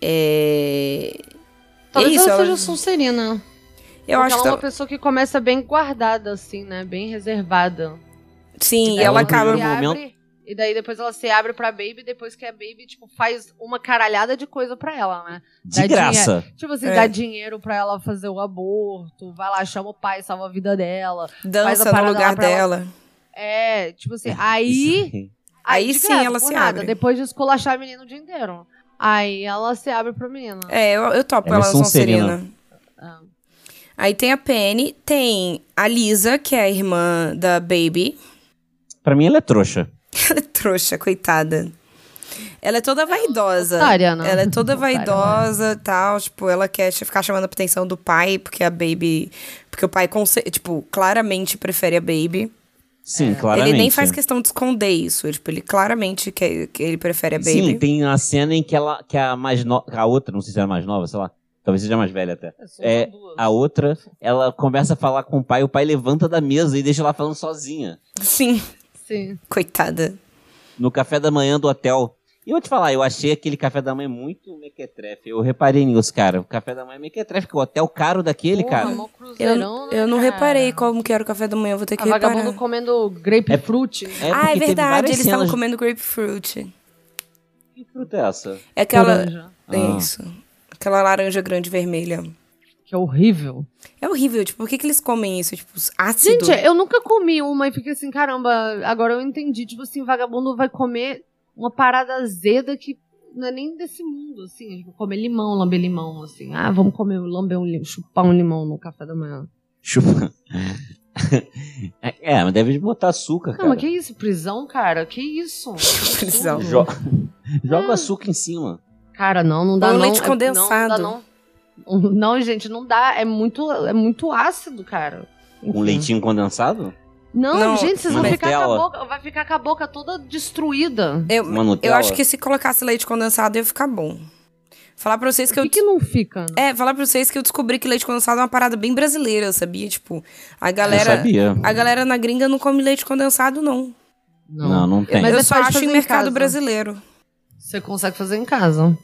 Speaker 2: É.
Speaker 1: Talvez
Speaker 2: isso,
Speaker 1: ela seja
Speaker 2: ela-
Speaker 1: Sonserina.
Speaker 2: Eu
Speaker 1: porque ela
Speaker 2: acho que. tá-
Speaker 1: é uma
Speaker 2: ela-
Speaker 1: pessoa que começa bem guardada, assim, né? Bem reservada.
Speaker 2: Sim,
Speaker 1: Daí
Speaker 2: e
Speaker 3: é
Speaker 2: ela
Speaker 1: se
Speaker 2: acaba.
Speaker 3: primeiro
Speaker 1: abre,
Speaker 3: momento-
Speaker 1: E daí depois ela se abre pra Baby, depois que a Baby, tipo, faz uma caralhada de coisa pra ela, né?
Speaker 3: De
Speaker 1: Tadinha.
Speaker 3: graça.
Speaker 1: Tipo assim,
Speaker 2: É.
Speaker 1: dá dinheiro pra ela fazer o aborto, vai lá, chama o pai, salva a vida dela. faz a
Speaker 2: Dança no
Speaker 1: parada lá
Speaker 2: lugar
Speaker 1: pra ela.
Speaker 2: dela.
Speaker 1: É, tipo assim, aí.
Speaker 3: Isso.
Speaker 2: Aí
Speaker 1: de
Speaker 2: sim
Speaker 1: graça,
Speaker 2: ela
Speaker 1: por
Speaker 2: se
Speaker 1: nada,
Speaker 2: abre.
Speaker 1: Depois de esculachar a menina o dia inteiro. Aí ela se abre pro menino.
Speaker 2: É, eu, eu topo
Speaker 3: Ela
Speaker 2: ela,
Speaker 3: é
Speaker 2: na Sonserina.
Speaker 3: Sonserina.
Speaker 1: Ah.
Speaker 2: Aí tem a Penny, tem a Lisa, que é a irmã da Baby.
Speaker 3: Pra mim ela é trouxa.
Speaker 2: Ela é trouxa, coitada. Ela é toda vaidosa.
Speaker 1: otária, né?
Speaker 2: Ela é toda
Speaker 1: Otária,
Speaker 2: vaidosa e tal. Tipo, ela quer ch- ficar chamando a atenção do pai, porque a Baby. Porque o pai, conce- tipo, claramente prefere a Baby.
Speaker 3: Sim,
Speaker 1: É.
Speaker 3: claramente.
Speaker 2: Ele nem faz questão de esconder isso. Tipo, ele claramente quer, que ele prefere a É Baby.
Speaker 3: Sim, tem a cena em que ela, que é a mais nova, a outra, não sei se é a mais nova, sei lá, talvez seja a mais velha até. É, a outra, ela começa a falar com o pai, o pai levanta da mesa e deixa ela falando sozinha,
Speaker 2: Sim,
Speaker 1: Sim.
Speaker 2: coitada.
Speaker 3: no café da manhã do hotel. E eu vou te falar, eu achei aquele café da manhã muito mequetrefe, eu reparei nisso, cara, o café da manhã é mequetrefe, que o hotel caro daquele,
Speaker 1: Porra,
Speaker 3: cara.
Speaker 1: mó
Speaker 2: Eu,
Speaker 1: cruzeirão, né,
Speaker 2: eu não
Speaker 1: cara?
Speaker 2: reparei como que era o café da manhã, eu vou ter que
Speaker 1: A
Speaker 2: reparar.
Speaker 1: vagabundo comendo grapefruit.
Speaker 3: É
Speaker 2: ah,
Speaker 3: porque
Speaker 2: é
Speaker 3: teve
Speaker 2: verdade,
Speaker 3: várias
Speaker 2: eles estavam
Speaker 3: cenas-
Speaker 2: comendo grapefruit.
Speaker 3: Que fruta é essa?
Speaker 2: É aquela.
Speaker 1: Laranja.
Speaker 2: É
Speaker 3: Ah.
Speaker 2: isso. Aquela laranja grande vermelha.
Speaker 1: Que é horrível.
Speaker 2: É horrível, tipo, por que, que eles comem isso? Tipo, ácido.
Speaker 1: Gente, é eu nunca comi uma e fiquei assim, caramba, agora eu entendi. Tipo assim, vagabundo vai comer uma parada azeda que não é nem desse mundo, assim. Tipo, comer limão, lamber limão, assim. Ah, vamos comer, lamber um limão, chupar um limão no café da manhã.
Speaker 3: Chupa. é, mas deve botar açúcar,
Speaker 1: Não, mas
Speaker 3: cara.
Speaker 1: que isso? Prisão, cara? Que isso?
Speaker 2: Prisão.
Speaker 1: Absurdo.
Speaker 3: Jo-
Speaker 2: Ah.
Speaker 3: Joga o açúcar em cima.
Speaker 1: Cara, não, não dá
Speaker 2: Ou
Speaker 1: não.
Speaker 2: leite
Speaker 1: É-
Speaker 2: condensado.
Speaker 1: Não, não, dá, não. não, gente, não dá. É muito, é muito ácido, cara.
Speaker 2: Uhum.
Speaker 3: Um leitinho condensado?
Speaker 1: Não,
Speaker 2: Não,
Speaker 1: gente, vocês vão
Speaker 3: uma
Speaker 1: ficar com a
Speaker 3: Nutella.
Speaker 1: boca, vai ficar com a boca toda destruída.
Speaker 2: Eu,
Speaker 3: Uma
Speaker 2: eu
Speaker 3: Nutella?
Speaker 2: acho que se colocasse leite condensado ia ficar bom. Falar pra vocês que
Speaker 1: Por
Speaker 2: eu.
Speaker 1: que, que não fica? né?
Speaker 2: É, falar pra vocês que eu descobri que leite condensado é uma parada bem brasileira, sabia? Tipo, a
Speaker 3: Eu
Speaker 2: galera.
Speaker 3: sabia.
Speaker 2: A galera na gringa não come leite condensado, não.
Speaker 1: Não.
Speaker 3: Não, não tem.
Speaker 1: Mas
Speaker 2: eu
Speaker 1: é
Speaker 2: só
Speaker 1: fácil
Speaker 2: acho
Speaker 1: fazer
Speaker 2: em
Speaker 1: em
Speaker 2: mercado
Speaker 1: casa.
Speaker 2: brasileiro.
Speaker 1: Você consegue fazer em casa.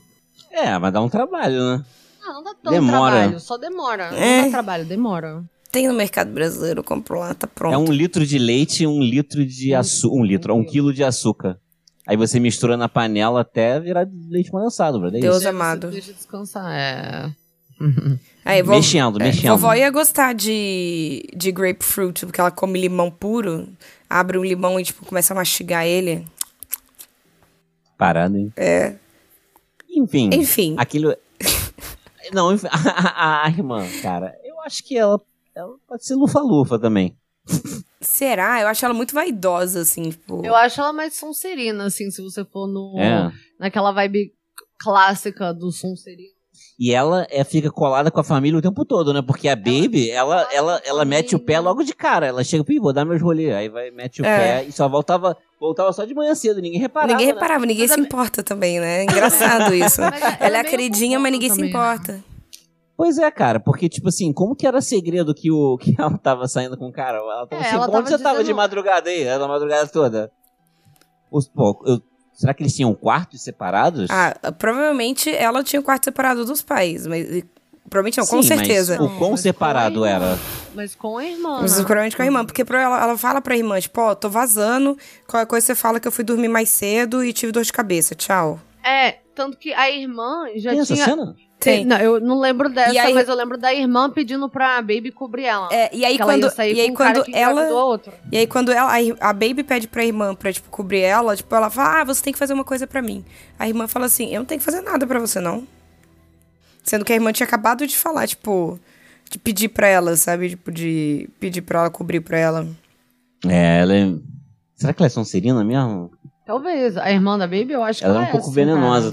Speaker 3: É, mas dá um trabalho, né?
Speaker 1: Ah, não dá tanto
Speaker 3: Demora.
Speaker 1: trabalho. Só demora.
Speaker 2: É.
Speaker 1: Não dá trabalho, demora.
Speaker 2: Tem no mercado brasileiro, eu compro lá, tá pronto. Uhum.
Speaker 3: É um litro de leite e um litro de açúcar. Um litro, um quilo de açúcar. Aí você mistura na panela até virar leite condensado, brother. É
Speaker 2: Deus
Speaker 3: isso.
Speaker 1: Você
Speaker 2: amado.
Speaker 1: Deixa descansar, é...
Speaker 2: Aí, vou...
Speaker 3: Mexendo, mexendo.
Speaker 2: É, Vovó ia gostar de, de grapefruit, porque ela come limão puro, abre um limão e, tipo, começa a mastigar ele.
Speaker 3: Parado, hein? É. Enfim.
Speaker 2: Enfim.
Speaker 3: Aquilo. é Não, enfim. A, a- a irmã, cara, eu acho que ela, ela pode ser lufa-lufa também.
Speaker 2: Será? Eu acho ela muito vaidosa, assim, tipo.
Speaker 1: Eu acho ela mais Sonserina, assim, se você for
Speaker 2: Uhum.
Speaker 1: no...
Speaker 3: É.
Speaker 1: naquela vibe clássica do Sonserino.
Speaker 3: E ela é, fica colada com a família o tempo todo, né? Porque a Baby, ela,
Speaker 1: colada
Speaker 3: ela,
Speaker 1: com a
Speaker 3: ela mete o pé
Speaker 1: família.
Speaker 3: logo de cara. Ela chega, pô, vou dar meus rolês. Aí vai, mete o
Speaker 2: É.
Speaker 3: pé e só voltava, voltava só de manhã cedo. Ninguém reparava.
Speaker 2: ninguém
Speaker 3: né?
Speaker 2: reparava, ninguém
Speaker 1: Mas
Speaker 2: se
Speaker 1: a-
Speaker 2: importa também, né? Engraçado isso.
Speaker 1: Mas ela é
Speaker 2: Ela é a
Speaker 1: meio
Speaker 2: queridinha, mas
Speaker 1: fofoca
Speaker 2: ninguém se
Speaker 1: também, né?
Speaker 2: importa.
Speaker 3: Pois é, cara, porque, tipo assim, como que era segredo que, o, que ela tava saindo com o cara? Ela tava
Speaker 1: É,
Speaker 3: assim,
Speaker 1: ela
Speaker 3: "Pô,
Speaker 1: tava
Speaker 3: onde você tava de
Speaker 1: dizendo-
Speaker 3: madrugada aí? Era a madrugada toda. Os, pô, eu- será que eles tinham quartos separados?
Speaker 2: Ah, provavelmente ela tinha o quarto separado dos pais, mas. e- Provavelmente não,
Speaker 3: Sim,
Speaker 2: com
Speaker 3: mas
Speaker 2: certeza.
Speaker 1: Não,
Speaker 3: o quão
Speaker 1: mas
Speaker 3: separado
Speaker 1: com a irmã.
Speaker 3: era?
Speaker 1: Mas com a irmã.
Speaker 2: Mas
Speaker 1: né?
Speaker 2: provavelmente com a irmã, porque pra ela, ela fala pra irmã, tipo, ó, tô vazando, qualquer coisa você fala que eu fui dormir mais cedo e tive dor de cabeça, tchau.
Speaker 1: É, tanto que a irmã já
Speaker 3: Tem essa
Speaker 1: tinha.
Speaker 3: cena?
Speaker 2: Tem.
Speaker 1: Não, eu não lembro dessa,
Speaker 2: E aí-
Speaker 1: mas eu lembro da irmã pedindo pra Baby cobrir ela.
Speaker 2: É, e aí
Speaker 1: Que ela
Speaker 2: quando,
Speaker 1: ia sair
Speaker 2: e aí
Speaker 1: com um cara
Speaker 2: quando
Speaker 1: que
Speaker 2: ela,
Speaker 1: engravidou outro.
Speaker 2: e aí quando ela, a, ir- a Baby pede pra irmã pra, tipo, cobrir ela, tipo, ela fala, ah, você tem que fazer uma coisa pra mim. A irmã fala assim, eu não tenho que fazer nada pra você, não. Sendo que a irmã tinha acabado de falar, tipo, de pedir pra ela, sabe? Tipo, de pedir pra ela cobrir pra ela.
Speaker 3: É, ela é... Será que ela é Sonserina mesmo?
Speaker 1: Talvez. A irmã da Baby, eu acho que
Speaker 3: Ela
Speaker 1: ela,
Speaker 3: é um
Speaker 1: é
Speaker 3: pouco
Speaker 1: assim,
Speaker 3: venenosa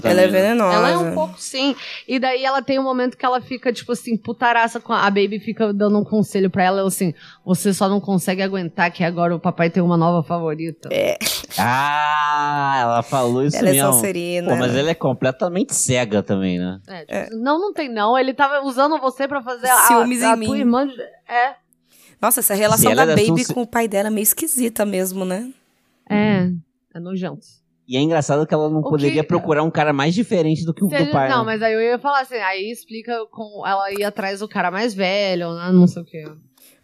Speaker 1: cara.
Speaker 3: também.
Speaker 2: Ela é
Speaker 3: né?
Speaker 2: venenosa.
Speaker 1: Ela é um pouco sim. E daí ela tem um momento que ela fica, tipo assim, putaraça com a, a Baby fica dando um conselho pra ela, assim, você só não consegue aguentar que agora o papai tem uma nova favorita.
Speaker 3: Ah, ela falou isso
Speaker 2: Ela é
Speaker 3: mesmo.
Speaker 2: Sonserina.
Speaker 3: Pô, mas ela é completamente cega também, né?
Speaker 1: É, tipo, Não, não tem não. Ele tava usando você pra fazer a,
Speaker 2: Ciúmes
Speaker 1: a,
Speaker 2: em
Speaker 1: tua
Speaker 2: mim.
Speaker 1: irmã. É.
Speaker 2: Nossa, essa relação
Speaker 3: ela
Speaker 2: da
Speaker 3: é da
Speaker 2: Baby
Speaker 3: Sonse-
Speaker 2: com o pai dela é meio esquisita mesmo, né?
Speaker 1: É. É nojento.
Speaker 3: E é engraçado que ela não
Speaker 1: O
Speaker 3: poderia
Speaker 1: que-
Speaker 3: procurar um cara mais diferente do que o
Speaker 1: Se
Speaker 3: do
Speaker 1: ele-
Speaker 3: pai.
Speaker 1: não,
Speaker 3: né?
Speaker 1: mas aí eu ia falar assim, aí explica com ela ir atrás do cara mais velho, né? Não sei o quê.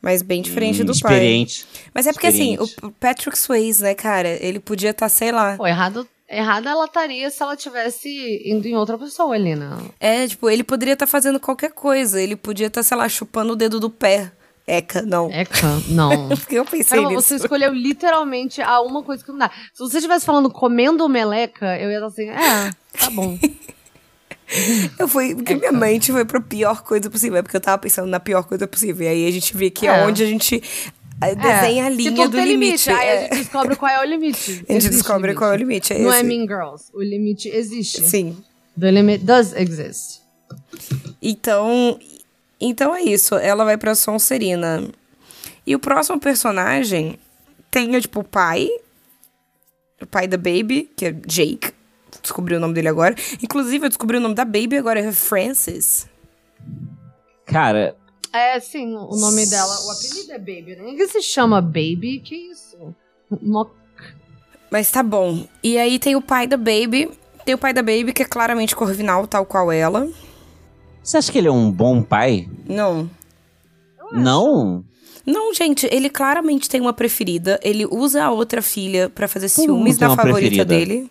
Speaker 2: Mas bem diferente
Speaker 3: Hum,
Speaker 2: do pai.
Speaker 3: experiente.
Speaker 2: Mas é porque assim,
Speaker 3: Experiente.
Speaker 2: o Patrick Swayze, né, cara, ele podia estar, sei lá.
Speaker 1: Pô, errado, errado ela estaria se ela tivesse indo em outra pessoa ali, né?
Speaker 2: É, tipo, ele poderia estar fazendo qualquer coisa. Ele podia estar, sei lá, chupando o dedo do pé. Eca, não.
Speaker 1: Eca, É não.
Speaker 2: Porque eu pensei
Speaker 1: Caramba,
Speaker 2: nisso.
Speaker 1: você escolheu literalmente a uma coisa que não dá. Se você estivesse falando comendo meleca, eu ia estar assim, é, tá bom.
Speaker 2: Eu fui. Porque minha mente foi pra pior coisa possível. É porque eu tava pensando na pior coisa possível. E aí a gente vê que é,
Speaker 1: É.
Speaker 2: onde a gente eh, desenha a
Speaker 1: Que
Speaker 2: linha
Speaker 1: é." tudo
Speaker 2: do
Speaker 1: tem
Speaker 2: limite.
Speaker 1: Aí
Speaker 2: é.
Speaker 1: a gente descobre qual é o limite.
Speaker 2: A gente descobre qual é o limite. É
Speaker 1: Não é
Speaker 2: esse.
Speaker 1: Mean Girls. O limite existe.
Speaker 2: Sim.
Speaker 1: The limit does exist.
Speaker 2: Então, então é isso. Ela vai pra Sonserina. E o próximo personagem tem, tipo, o pai. O pai da Baby, que é Jake. Descobri o nome dele agora. Inclusive, eu descobri o nome da Baby agora, é Francis.
Speaker 3: Cara,
Speaker 1: É, sim, o nome dela. O apelido é Baby. né? Ninguém se chama Baby. Que isso? Mó-
Speaker 2: Mas tá bom. E aí tem o pai da Baby. Tem o pai da Baby, que é claramente corvinal, tal qual ela.
Speaker 3: você acha que ele é um bom pai?
Speaker 2: Não.
Speaker 3: Não?
Speaker 2: Não, gente, ele claramente tem uma preferida. Ele usa a outra filha pra fazer
Speaker 3: Todo mundo
Speaker 2: ciúmes
Speaker 3: tem
Speaker 2: da
Speaker 3: uma
Speaker 2: favorita
Speaker 3: preferida.
Speaker 2: dele.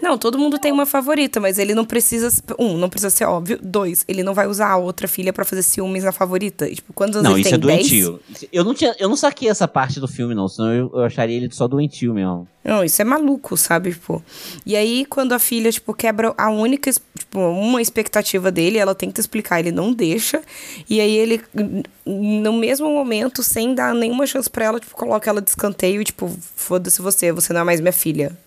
Speaker 2: Não, todo mundo tem uma favorita, mas ele não precisa. Um, não precisa ser óbvio. Dois, ele não vai usar a outra filha pra fazer ciúmes na favorita. E, tipo, quantos anos
Speaker 3: Não,
Speaker 2: ele
Speaker 3: isso
Speaker 2: tem?
Speaker 3: é doentio. Isso- Eu não, tinha, eu não saquei essa parte do filme, não, senão eu, eu acharia ele só doentio mesmo.
Speaker 2: Não, isso é maluco, sabe? Tipo. E aí, quando a filha, tipo, quebra a única, es- tipo, uma expectativa dele, ela tenta explicar, ele não deixa. E aí ele, n- no mesmo momento, sem dar nenhuma chance pra ela, tipo, coloca ela de escanteio e, tipo, foda-se você, você não é mais minha filha.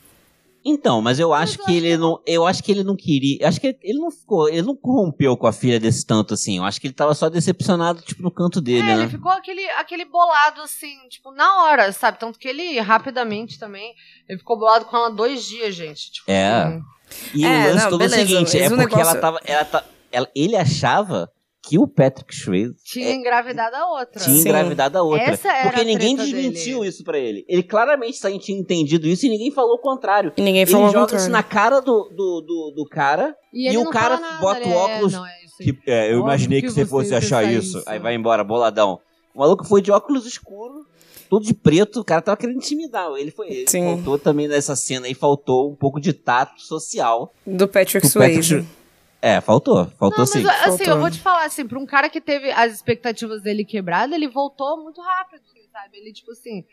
Speaker 3: Então, mas eu acho que ele não. Eu acho que ele não queria. Acho que ele não ficou. Ele não corrompeu com a filha desse tanto, assim. Eu acho que ele tava só decepcionado, tipo, no canto dele,
Speaker 1: É,
Speaker 3: né?
Speaker 1: ele ficou aquele, aquele bolado, assim, tipo, na hora, sabe? Tanto que ele, rapidamente também, ele ficou bolado com ela dois dias, gente. Tipo,
Speaker 3: É.
Speaker 1: assim,
Speaker 3: E
Speaker 2: É,
Speaker 3: o lance
Speaker 2: não,
Speaker 3: todo
Speaker 2: beleza,
Speaker 1: um
Speaker 3: é o seguinte,
Speaker 2: mas
Speaker 3: é
Speaker 2: o
Speaker 3: porque ela
Speaker 2: negócio-
Speaker 3: tava. Ela ta- ela- ele achava que o Patrick Swayze
Speaker 1: Tinha engravidado a outra.
Speaker 3: tinha
Speaker 2: Sim.
Speaker 3: engravidado a outra.
Speaker 1: Essa era
Speaker 3: porque
Speaker 1: a
Speaker 3: ninguém
Speaker 1: treta
Speaker 3: desmentiu
Speaker 1: dele.
Speaker 3: isso pra ele. Ele claramente só tinha entendido isso e ninguém falou o contrário.
Speaker 2: E ninguém
Speaker 3: Ele
Speaker 2: falou ao
Speaker 3: joga isso
Speaker 2: contrário.
Speaker 3: na cara do, do, do, do cara. E
Speaker 1: ele
Speaker 3: o
Speaker 1: não
Speaker 3: cara
Speaker 1: fala nada,
Speaker 3: bota
Speaker 1: ele
Speaker 3: o óculos
Speaker 1: É, não, é isso aí.
Speaker 3: Que, é, eu
Speaker 1: Óbvio
Speaker 3: imaginei
Speaker 1: que
Speaker 3: que, você
Speaker 1: você
Speaker 3: fosse
Speaker 1: ia
Speaker 3: achar
Speaker 1: pensar
Speaker 3: isso.
Speaker 1: isso.
Speaker 3: Aí vai embora, boladão. O maluco foi de óculos escuros, todo de preto, o cara tava querendo intimidar. Ele foi. Ele
Speaker 2: Sim.
Speaker 3: faltou também nessa cena aí, faltou um pouco de tato social.
Speaker 2: Do Patrick
Speaker 3: Do Patrick
Speaker 2: Swayze.
Speaker 3: É, faltou. Faltou
Speaker 1: Não,
Speaker 3: sim.
Speaker 1: mas assim, eu
Speaker 2: faltou.
Speaker 1: vou te falar, assim, pra um cara que teve as expectativas dele quebradas, ele voltou muito rápido, assim, sabe? Ele, tipo assim.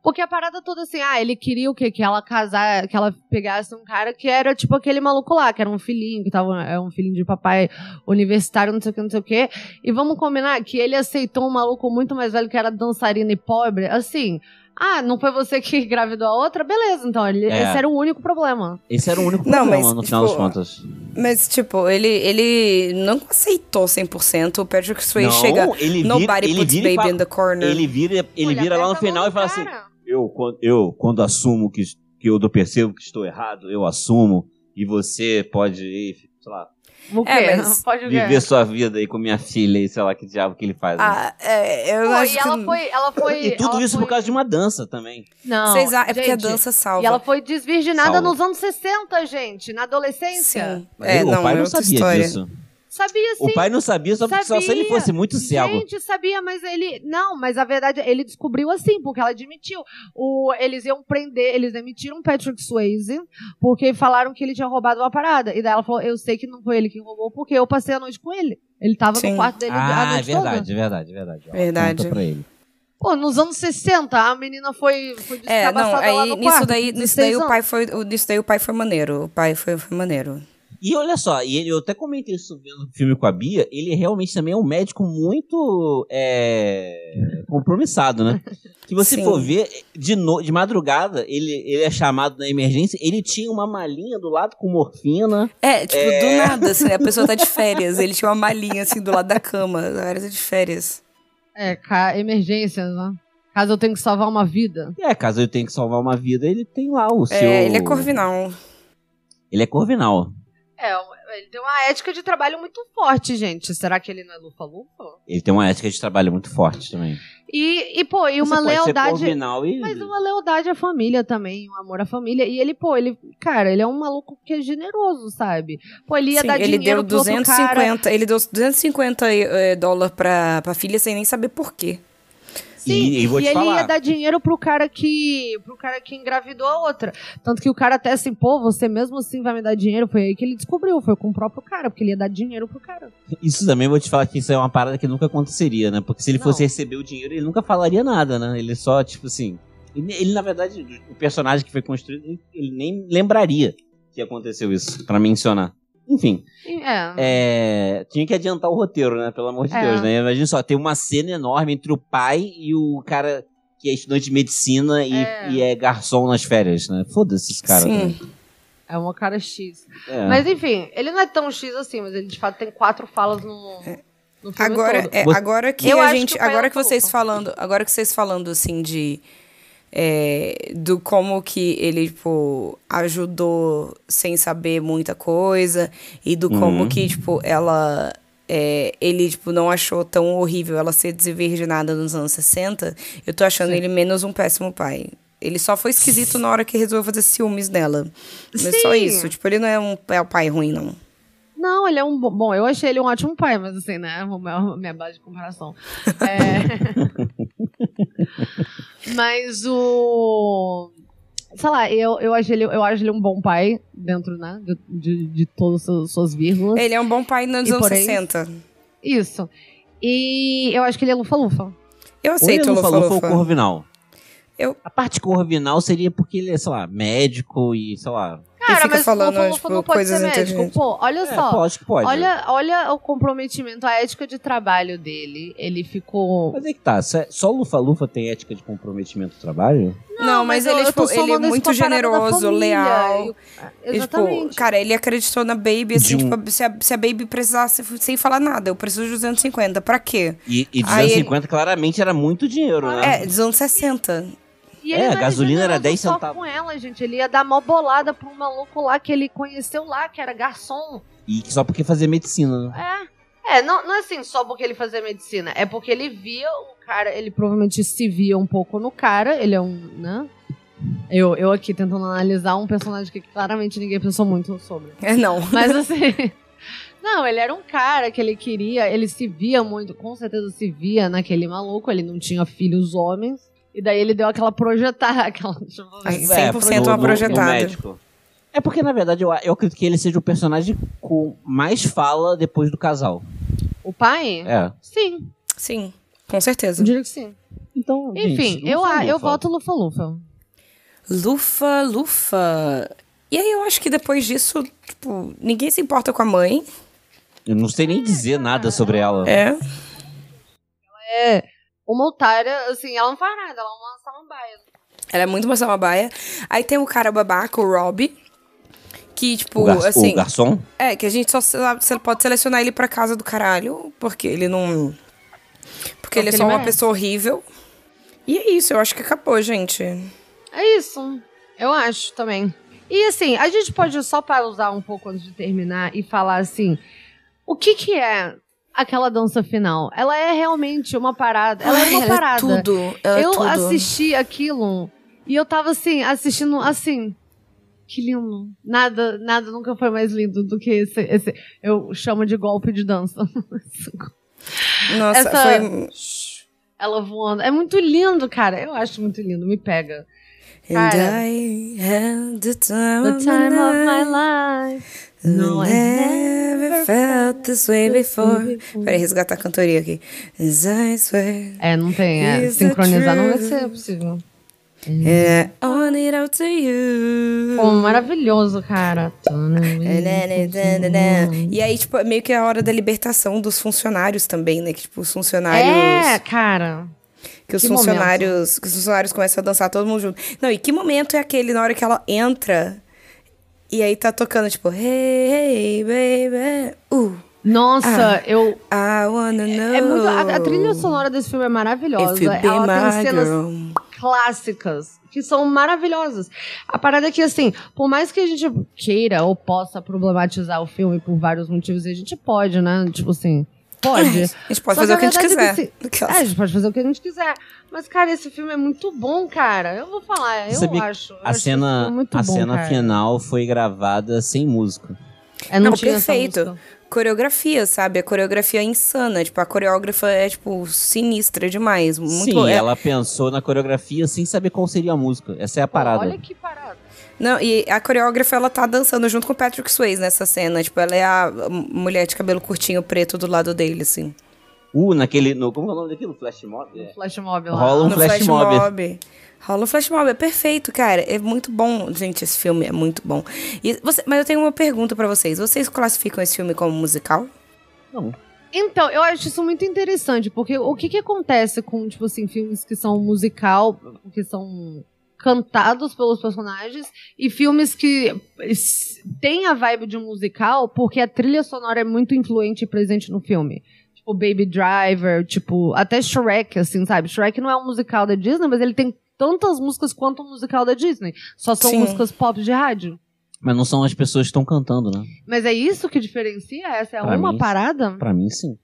Speaker 1: Porque a parada toda assim, ah, ele queria o quê? Que ela casar, que ela pegasse um cara que era tipo aquele maluco lá, que era um filhinho, que tava, é um filhinho de papai universitário, não sei o que, não sei o que. E vamos combinar que ele aceitou um maluco muito mais velho que era dançarino e pobre, assim. Ah, não foi você que engravidou a outra? Beleza, então. Ele,
Speaker 3: É.
Speaker 1: Esse era o único problema.
Speaker 3: Esse era o único
Speaker 2: Não,
Speaker 3: problema,
Speaker 2: mas,
Speaker 3: no final das
Speaker 2: tipo,
Speaker 3: contas.
Speaker 2: Mas, tipo, ele, ele não aceitou 100%. O Patrick Swayze
Speaker 3: Não,
Speaker 2: chega.
Speaker 3: ele vira,
Speaker 2: Nobody
Speaker 3: ele
Speaker 2: puts
Speaker 3: vira
Speaker 2: baby
Speaker 3: e fala-
Speaker 2: in the corner.
Speaker 3: Ele vira, ele
Speaker 1: Pô,
Speaker 3: vira lá
Speaker 1: aperta a
Speaker 3: no
Speaker 1: mão
Speaker 3: final
Speaker 1: do
Speaker 3: e fala assim:
Speaker 1: cara.
Speaker 3: eu, quando- eu, quando assumo que, que eu percebo que estou errado, eu assumo. E você pode, ir, sei lá,
Speaker 1: O quê?
Speaker 2: É, mas
Speaker 1: Pode o quê?
Speaker 3: viver sua vida aí com minha filha e sei lá que diabo que ele faz. né?
Speaker 2: Ah, é, eu
Speaker 1: Pô,
Speaker 2: acho
Speaker 1: e ela
Speaker 2: que...
Speaker 1: foi, ela foi.
Speaker 3: E tudo
Speaker 1: ela
Speaker 3: isso
Speaker 1: foi-
Speaker 3: por causa de uma dança também.
Speaker 1: Não.
Speaker 2: Vocês a- É porque a
Speaker 1: gente,
Speaker 2: dança salva.
Speaker 1: E ela foi desvirginada
Speaker 3: Salva.
Speaker 1: nos anos 60, gente, na adolescência.
Speaker 2: Sim.
Speaker 3: Mas
Speaker 2: é,
Speaker 3: o
Speaker 2: não,
Speaker 3: pai
Speaker 2: é
Speaker 3: não
Speaker 2: outra
Speaker 3: sabia
Speaker 2: história.
Speaker 3: disso.
Speaker 1: Sabia sim.
Speaker 3: O pai não é sabia, só, porque só se ele
Speaker 1: Sabia.
Speaker 3: fosse muito cego.
Speaker 1: Gente, sabia, mas ele. Não, mas a verdade, ele descobriu assim, porque ela admitiu. O, eles iam prender, eles demitiram o Patrick Swayze, porque falaram que ele tinha roubado uma parada. E daí ela falou: Eu sei que não foi ele que roubou, porque eu passei a noite com ele. Ele tava
Speaker 2: Sim.
Speaker 1: no quarto dele a
Speaker 3: ah, é
Speaker 1: noite toda.
Speaker 3: verdade, é verdade, é verdade. Ó,
Speaker 2: Verdade.
Speaker 3: conta pra ele.
Speaker 1: Pô, nos anos 60, a menina foi, foi
Speaker 2: É, não,
Speaker 1: descabaçada lá
Speaker 2: aí
Speaker 1: no
Speaker 2: nisso
Speaker 1: quarto,
Speaker 2: daí,
Speaker 1: com
Speaker 2: nisso daí
Speaker 1: 16
Speaker 2: o
Speaker 1: anos.
Speaker 2: pai foi, o- nisso daí o pai foi maneiro. O pai foi, foi maneiro.
Speaker 3: E olha só, e ele- eu até comentei isso vendo o filme com a Bia, ele realmente também é um médico muito é, compromissado, né? Se você
Speaker 2: Sim.
Speaker 3: for ver, de, no- de madrugada, ele, ele é chamado na emergência, ele tinha uma malinha do lado com morfina.
Speaker 2: É, tipo, do nada, assim, a pessoa tá de férias. Ele tinha uma malinha, assim, do lado da cama. Era de férias.
Speaker 1: É, ca- emergências, né? Caso eu tenha que salvar uma vida.
Speaker 3: É, caso ele tenha que salvar uma vida, ele tem lá o seu...
Speaker 2: É, ele é corvinal.
Speaker 3: Ele é corvinal.
Speaker 1: É, ele tem uma ética de trabalho muito forte, gente. Será que ele não é lufa-lufa?
Speaker 3: Ele tem uma ética de trabalho muito forte também.
Speaker 1: E, e, pô, e
Speaker 3: Você
Speaker 1: uma
Speaker 3: pode ser
Speaker 1: lealdade.
Speaker 3: corvinal e...
Speaker 1: Mas uma lealdade à família também, um amor à família. E ele, pô, ele, cara, ele é um maluco que é generoso, sabe? Pô, ele ia
Speaker 2: Sim,
Speaker 1: dar
Speaker 2: ele
Speaker 1: dinheiro
Speaker 2: deu
Speaker 1: pro outro cara.
Speaker 2: 250, ele deu 250 eh, dólar pra, pra filha sem nem saber por quê.
Speaker 1: Sim,
Speaker 3: E- e vou te
Speaker 1: ele
Speaker 3: falar.
Speaker 1: ia dar dinheiro pro cara que. pro cara que engravidou a outra. Tanto que o cara até assim, pô, você mesmo assim vai me dar dinheiro? Foi aí que ele descobriu, foi com o próprio cara, porque ele ia dar dinheiro pro cara.
Speaker 3: Isso também vou te falar que isso é uma parada que nunca aconteceria, né? Porque se ele
Speaker 1: Não.
Speaker 3: fosse receber o dinheiro, ele nunca falaria nada, né? Ele só, tipo assim. Ele, ele, na verdade, o personagem que foi construído, ele, ele nem lembraria que aconteceu isso, pra mencionar. Enfim,
Speaker 1: E- É.
Speaker 3: é, tinha que adiantar o roteiro, né? Pelo amor de
Speaker 1: É.
Speaker 3: Deus, né? Imagina só, tem uma cena enorme entre o pai e o cara que é estudante de medicina e e é,
Speaker 1: É.
Speaker 3: garçom nas férias, né? Foda-se esse cara.
Speaker 2: Sim.
Speaker 3: também.
Speaker 1: É uma cara X.
Speaker 3: É.
Speaker 1: Mas enfim, ele não é tão X assim, mas ele de fato tem quatro falas no, no filme
Speaker 2: É. Agora,
Speaker 1: todo.
Speaker 2: é,
Speaker 3: Você-
Speaker 2: agora que
Speaker 1: Eu
Speaker 2: a
Speaker 1: acho
Speaker 2: gente,
Speaker 1: que o pai
Speaker 2: agora
Speaker 1: é
Speaker 2: que vocês
Speaker 1: maluco.
Speaker 2: falando, agora que vocês falando assim de é, do como que ele tipo ajudou sem saber muita coisa e do como
Speaker 3: Uhum.
Speaker 2: que tipo ela é, ele tipo não achou tão horrível ela ser desvirginada nos anos 60, eu tô achando ele menos um péssimo pai. Ele só foi esquisito na hora que resolveu fazer ciúmes nela. Mas só
Speaker 1: Sim.
Speaker 2: isso. Tipo, ele não é um é um pai ruim, não.
Speaker 1: Não, ele é um bom. Bom, eu achei ele um ótimo pai, mas assim, né? o meu- Minha base de comparação. É. mas o. Sei lá, eu, eu, acho ele, eu acho ele um bom pai dentro, né? De, de, de todas as suas vírgulas.
Speaker 2: Ele é um bom pai nos
Speaker 1: E
Speaker 2: anos
Speaker 1: porém-
Speaker 2: 60.
Speaker 1: Isso. E eu acho que ele é lufa-lufa.
Speaker 2: Eu
Speaker 3: Ou ele
Speaker 2: aceito o
Speaker 3: não falou, foi o
Speaker 2: Lufa-Lufa.
Speaker 3: Corvinal.
Speaker 2: Eu-
Speaker 3: A parte corvinal seria porque ele é, sei lá, médico e, sei lá.
Speaker 2: e fica falando, tipo, coisas inteligentes.
Speaker 1: Pô, olha
Speaker 3: É,
Speaker 1: só.
Speaker 3: pô, acho que pode.
Speaker 1: Olha, olha o comprometimento, a ética de trabalho dele. Ele ficou.
Speaker 3: Mas é que tá, se- só Lufa-Lufa tem ética de comprometimento do trabalho?
Speaker 2: Não, mas, ele,
Speaker 1: eu- eu
Speaker 2: tipo,
Speaker 1: tô
Speaker 2: ele é
Speaker 1: somando isso com
Speaker 2: muito
Speaker 1: a parada da
Speaker 2: generoso,
Speaker 1: família,
Speaker 2: leal.
Speaker 1: e-
Speaker 2: E, tipo,
Speaker 1: Exatamente.
Speaker 2: cara, ele acreditou na Baby, assim,
Speaker 3: De um-
Speaker 2: tipo, se a, se a Baby precisasse, sem falar nada, eu preciso de 250, pra quê?
Speaker 3: E, e
Speaker 2: Aí
Speaker 3: 250 claramente era muito dinheiro, né?
Speaker 2: É, dos anos 60.
Speaker 1: E
Speaker 3: É,
Speaker 1: não
Speaker 3: a gasolina era
Speaker 1: generoso
Speaker 3: 10
Speaker 1: só
Speaker 3: centavos.
Speaker 1: com ela, gente. Ele ia dar mó bolada pra um maluco lá que ele conheceu lá, que era garçom.
Speaker 3: E só porque fazia medicina. né?
Speaker 1: É. É, não, não é assim só porque ele fazia medicina. É porque ele via o cara, ele provavelmente se via um pouco no cara. Ele é um, né? Eu, eu aqui tentando analisar um personagem que claramente ninguém pensou muito sobre.
Speaker 2: É, não.
Speaker 1: Mas assim. Não, ele era um cara que ele queria, ele se via muito, com certeza se via naquele maluco, ele não tinha filhos homens. E daí ele deu aquela projetar, aquela. tipo,
Speaker 2: Ai, 100%
Speaker 3: É, do-
Speaker 2: uma
Speaker 3: do- do
Speaker 2: projetada.
Speaker 3: médico. É porque, na verdade, eu, eu acredito que ele seja o personagem com mais fala depois do casal.
Speaker 1: O pai?
Speaker 3: É.
Speaker 1: Sim,
Speaker 2: Sim, com certeza.
Speaker 1: eu diria que sim.
Speaker 3: Então,
Speaker 1: Enfim, eu, a- eu voto Lufa Lufa.
Speaker 2: Lufa, lufa. E aí eu acho que depois disso, tipo, ninguém se importa com a mãe.
Speaker 3: Eu não sei nem dizer nada sobre ela.
Speaker 2: É.
Speaker 1: Uma otária, assim, ela não faz nada, ela é uma samambaia.
Speaker 2: Ela é muito uma samambaia. Aí tem o cara babaca, o Rob. Que, tipo,
Speaker 3: O, gar-
Speaker 2: assim.
Speaker 3: o garçom?
Speaker 2: É, que a gente só se- se- pode selecionar ele pra casa do caralho, porque ele não. Porque ele é
Speaker 1: ele
Speaker 2: só uma
Speaker 1: merece.
Speaker 2: pessoa horrível. E é isso, eu acho que acabou, gente.
Speaker 1: É isso, eu acho também. E assim, a gente pode só pausar um pouco antes de terminar e falar assim, o que que é aquela dança final? Ela é realmente uma parada, ela
Speaker 2: Ai,
Speaker 1: é uma parada.
Speaker 2: tudo. Ela
Speaker 1: eu
Speaker 2: é tudo.
Speaker 1: assisti aquilo e eu tava assim, assistindo assim. Que lindo. Nada, nada nunca foi mais lindo do que esse. esse- eu chamo de golpe de dança.
Speaker 2: Nossa,
Speaker 1: essa-
Speaker 2: foi.
Speaker 1: Ela voando. É muito lindo, cara. Eu acho muito lindo. Me pega.
Speaker 2: And
Speaker 1: Cara.
Speaker 2: I had the time,
Speaker 1: é The time
Speaker 2: of
Speaker 1: of
Speaker 2: my life.
Speaker 1: my life. é, né? No,
Speaker 2: é,
Speaker 1: I
Speaker 2: Never
Speaker 1: never
Speaker 2: felt this way before.
Speaker 1: before.
Speaker 2: Peraí, resgatar a cantoria aqui. As I swear.
Speaker 1: É, não tem. É,
Speaker 2: Is the
Speaker 1: sincronizar não vai
Speaker 2: truth.
Speaker 1: ser possível.
Speaker 2: Yeah, on it out to you.
Speaker 1: Pô, maravilhoso, cara.
Speaker 2: né,
Speaker 1: Uhum.
Speaker 2: E aí, tipo, é meio que é a hora da libertação dos funcionários também, né? Que, tipo, os funcionários.
Speaker 1: É, cara.
Speaker 2: que os
Speaker 1: que
Speaker 2: funcionários. Que os funcionários começam a dançar todo mundo junto. Não, e que momento é aquele na hora que ela entra e aí tá tocando, tipo, hey, hey, baby. Uh,
Speaker 1: Nossa,
Speaker 2: Ah.
Speaker 1: eu
Speaker 2: I wanna know.
Speaker 1: É muito, a, a trilha sonora desse filme é
Speaker 2: Oh. If you
Speaker 1: maravilhosa.
Speaker 2: be
Speaker 1: Ela tem
Speaker 2: my
Speaker 1: cenas
Speaker 2: girl.
Speaker 1: clássicas que são maravilhosas. A parada é que, assim, por mais que a gente queira ou possa problematizar o filme por vários motivos, e a gente pode, né? Tipo assim, pode.
Speaker 2: A gente pode
Speaker 1: Só
Speaker 2: fazer o que a gente
Speaker 1: verdade é
Speaker 2: quiser.
Speaker 1: que se-
Speaker 2: Aquelas-
Speaker 1: É, a gente pode fazer o que a gente quiser. Mas, cara, esse filme é muito bom, cara. Eu vou falar, eu
Speaker 3: Sabia que
Speaker 1: acho. eu acho
Speaker 3: A
Speaker 1: esse
Speaker 3: cena,
Speaker 1: filme muito
Speaker 3: a
Speaker 1: bom,
Speaker 3: cena
Speaker 1: cara.
Speaker 3: final foi gravada sem música.
Speaker 1: É, não,
Speaker 2: Não,
Speaker 1: tinha essa
Speaker 2: perfeito.
Speaker 1: música.
Speaker 2: Coreografia, sabe? A coreografia é insana. Tipo, a coreógrafa é, tipo, sinistra demais. Muito
Speaker 3: Sim,
Speaker 2: boa. É-
Speaker 3: ela pensou na coreografia sem saber qual seria a música. Essa é a parada.
Speaker 1: Olha que parada.
Speaker 2: Não, e a coreógrafa, ela tá dançando junto com o Patrick Swayze nessa cena. Tipo, ela é a m- mulher de cabelo curtinho preto do lado dele, assim.
Speaker 3: Uh, naquele. No, como é o nome daquilo? Flash Mob? É.
Speaker 1: Flash Mob lá.
Speaker 3: Rola Um flash mob.
Speaker 2: Rola um flash mob. É perfeito, cara. É muito bom. Gente, esse filme é muito bom. E você- mas eu tenho uma pergunta pra vocês. Vocês classificam esse filme como musical?
Speaker 3: Não.
Speaker 1: Então, eu acho isso muito interessante, porque o que que acontece com, tipo assim, filmes que são musical, que são cantados pelos personagens, e filmes que s- têm a vibe de um musical, porque a trilha sonora é muito influente e presente no filme. Tipo, Baby Driver, tipo, até Shrek, assim, sabe? Shrek não é um musical da Disney, mas ele tem tantas músicas quanto um musical da Disney. Só são
Speaker 2: Sim.
Speaker 1: músicas pop de rádio.
Speaker 3: Mas não são as pessoas que estão cantando, né?
Speaker 1: Mas é isso que diferencia? Essa é
Speaker 3: Pra
Speaker 1: uma
Speaker 3: mim,
Speaker 1: parada?
Speaker 3: Pra mim, sim.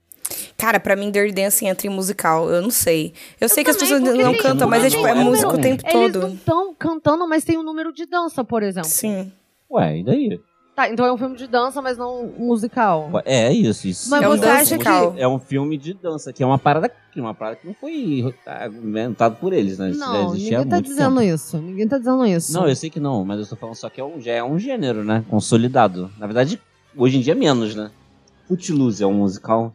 Speaker 2: Cara, pra mim, Dirty Dancing entra em musical. Eu não sei. Eu, sei que as
Speaker 1: também,
Speaker 2: pessoas
Speaker 1: porque
Speaker 2: não
Speaker 1: tem
Speaker 2: cantam,
Speaker 3: um
Speaker 2: mas é, tipo, é
Speaker 3: número.
Speaker 2: música o tempo
Speaker 1: Eles
Speaker 2: todo.
Speaker 1: não estão cantando, mas tem um número de dança, por exemplo.
Speaker 2: Sim.
Speaker 3: Ué, e daí?
Speaker 1: Tá, então é um filme de dança, mas não um musical.
Speaker 3: Ué, É isso, isso.
Speaker 1: Mas
Speaker 3: é
Speaker 2: você acha
Speaker 3: filme-
Speaker 2: que-
Speaker 3: É um filme de dança, que é uma parada que, uma parada que não foi tá, inventado por eles, né? Isso já
Speaker 1: Não,
Speaker 3: existia há
Speaker 1: ninguém tá
Speaker 3: muito
Speaker 1: dizendo
Speaker 3: tempo.
Speaker 1: isso. Ninguém tá dizendo isso.
Speaker 3: Não, eu sei que não, mas eu tô falando só que é um, já é um gênero, né? Consolidado. Na verdade, hoje em dia menos, né? Footloose é um musical.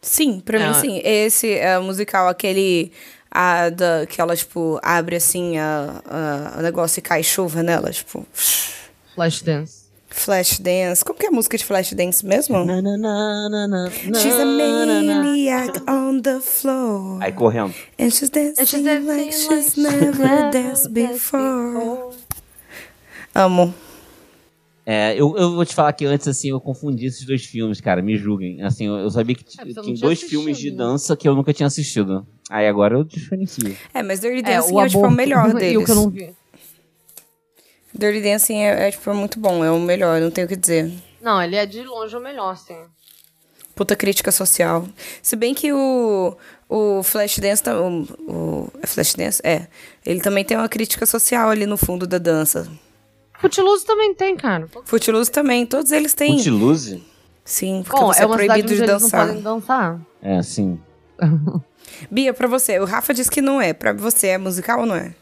Speaker 2: Sim, pra
Speaker 1: Ela-
Speaker 2: mim sim. Esse é o musical, aquele a, da, que ela, tipo, abre assim a, a- o negócio e cai chuva nela, tipo.
Speaker 1: Flashdance.
Speaker 2: Flash dance. Como que é a música de flash dance mesmo?
Speaker 3: Na, na, na, na, na,
Speaker 2: She's a
Speaker 3: na, na, na.
Speaker 2: maniac on the floor.
Speaker 3: Aí correndo.
Speaker 2: And she's dancing,
Speaker 1: And she's dancing
Speaker 2: like she's
Speaker 1: like she's
Speaker 2: never
Speaker 1: never danced
Speaker 2: danced before. Amo.
Speaker 3: É, eu, eu vou te falar que antes, assim, eu confundi esses dois filmes, cara, me julguem. Assim, eu, eu sabia que t-
Speaker 1: É, porque você não
Speaker 3: tinha
Speaker 1: tinha
Speaker 3: dois filmes de
Speaker 1: assistido.
Speaker 3: dança que eu nunca tinha assistido. Aí agora eu diferencio.
Speaker 2: É, mas Dirty
Speaker 1: É,
Speaker 2: Dancing
Speaker 1: o
Speaker 2: é, tipo, o
Speaker 1: aborto.
Speaker 2: melhor
Speaker 1: e o
Speaker 2: deles.
Speaker 1: que eu não vi.
Speaker 2: Dirty Dancing é, é, tipo, muito bom. É o melhor, não tenho o que dizer.
Speaker 1: Não, ele é de longe o melhor, sim.
Speaker 2: Puta crítica social. Se bem que o, o Flashdance... tá- O, o, é Flashdance? É. Ele também tem uma crítica social ali no fundo da dança.
Speaker 1: Futiloso também tem, cara.
Speaker 2: Footloose também. Todos eles têm.
Speaker 3: Putiluse?
Speaker 2: Sim, porque
Speaker 1: Bom,
Speaker 2: você é,
Speaker 1: é uma
Speaker 2: proibido
Speaker 1: cidade onde
Speaker 2: de
Speaker 1: eles não
Speaker 2: dançar.
Speaker 1: podem dançar.
Speaker 3: É, sim.
Speaker 2: Bia, pra você. O Rafa disse que não é. Pra você, é musical ou não é?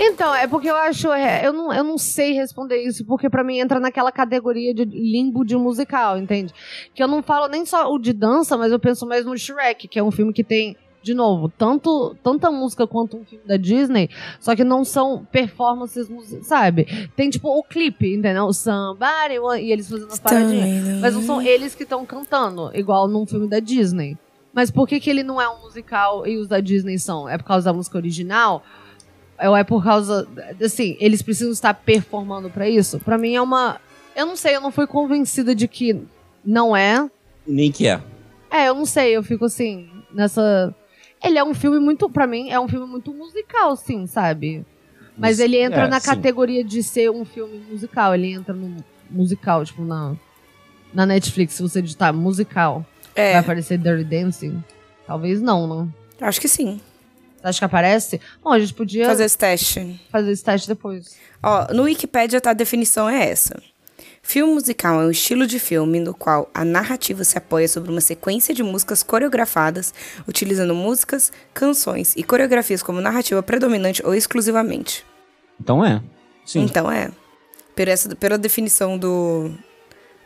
Speaker 1: Então, é porque eu acho. é, eu, não, eu não sei responder isso, porque pra mim entra naquela categoria de limbo de musical, entende? Que eu não falo nem só o de dança, mas eu penso mais no Shrek, que é um filme que tem, de novo, tanto, tanta música quanto um filme da Disney, só que não são performances musicais, sabe? Tem tipo o clipe, entendeu? Somebody, want- e eles fazendo as paradinhas. Mas não são eles que estão cantando, igual num filme da Disney. Mas por que, que ele não é um musical e os da Disney são? É por causa da música original? Ou é por causa. Assim, eles precisam estar performando pra isso? Pra mim é uma. Eu não sei, eu não fui convencida de que não é.
Speaker 3: Nem que é.
Speaker 1: É, eu não sei, eu fico assim, nessa. Ele é um filme muito. Pra mim, é um filme muito musical, sim, sabe? Mas ele entra
Speaker 3: É,
Speaker 1: na
Speaker 3: sim.
Speaker 1: categoria de ser um filme musical. Ele entra no musical, tipo, na, na Netflix, se você digitar musical, vai
Speaker 2: É,
Speaker 1: aparecer Dirty Dancing? Talvez não, não.
Speaker 2: acho que sim.
Speaker 1: Acho que aparece? Bom, a gente podia fazer,
Speaker 2: Fazer esse teste.
Speaker 1: esse teste depois.
Speaker 2: Ó, no Wikipedia tá, a definição é essa. Filme musical é um estilo de filme no qual a narrativa se apoia sobre uma sequência de músicas coreografadas, utilizando músicas, canções e coreografias como narrativa predominante ou exclusivamente.
Speaker 3: Então é. Sim.
Speaker 2: Então é. Por essa, pela definição do,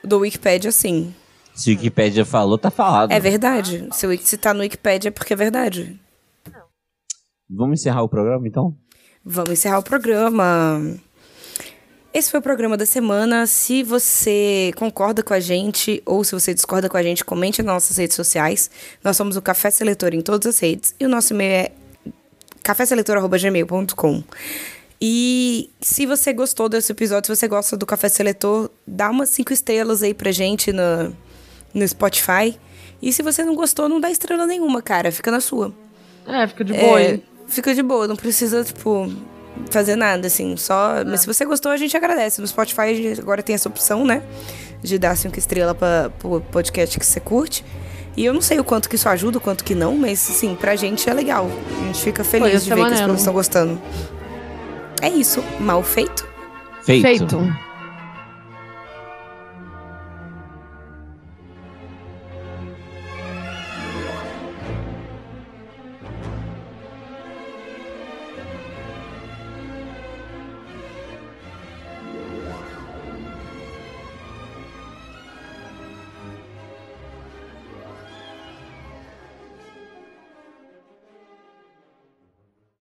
Speaker 2: do Wikipedia, sim.
Speaker 3: Se o Wikipedia falou, tá falado.
Speaker 2: É verdade. Se, o Wiki- se tá no Wikipedia é porque é verdade.
Speaker 3: Vamos encerrar o programa, então?
Speaker 2: Vamos encerrar o programa. Esse foi o programa da semana. Se você concorda com a gente ou se você discorda com a gente, comente nas nossas redes sociais. Nós somos o Café Seletor em todas as redes e o nosso e-mail é caféseletor.gmail.com. E se você gostou desse episódio, se você gosta do Café Seletor, dá umas cinco estrelas aí pra gente no, no Spotify. E se você não gostou, não dá estrela nenhuma, cara. Fica na sua.
Speaker 1: É, fica de
Speaker 2: É,
Speaker 1: boa. hein?
Speaker 2: Fica de boa, não precisa, tipo, fazer nada, assim. Só.
Speaker 1: Tá.
Speaker 2: Mas se você gostou, a gente agradece. No Spotify a gente agora tem essa opção, né? De dar cinco estrelas para pro podcast que você curte. E eu não sei o quanto que isso ajuda, o quanto que não, mas assim, pra gente é legal. A gente fica feliz
Speaker 1: Pô, ia
Speaker 2: de
Speaker 1: ser
Speaker 2: ver que as
Speaker 1: maneiro.
Speaker 2: pessoas estão gostando. É isso. Mal feito.
Speaker 3: Feito.
Speaker 1: Feito.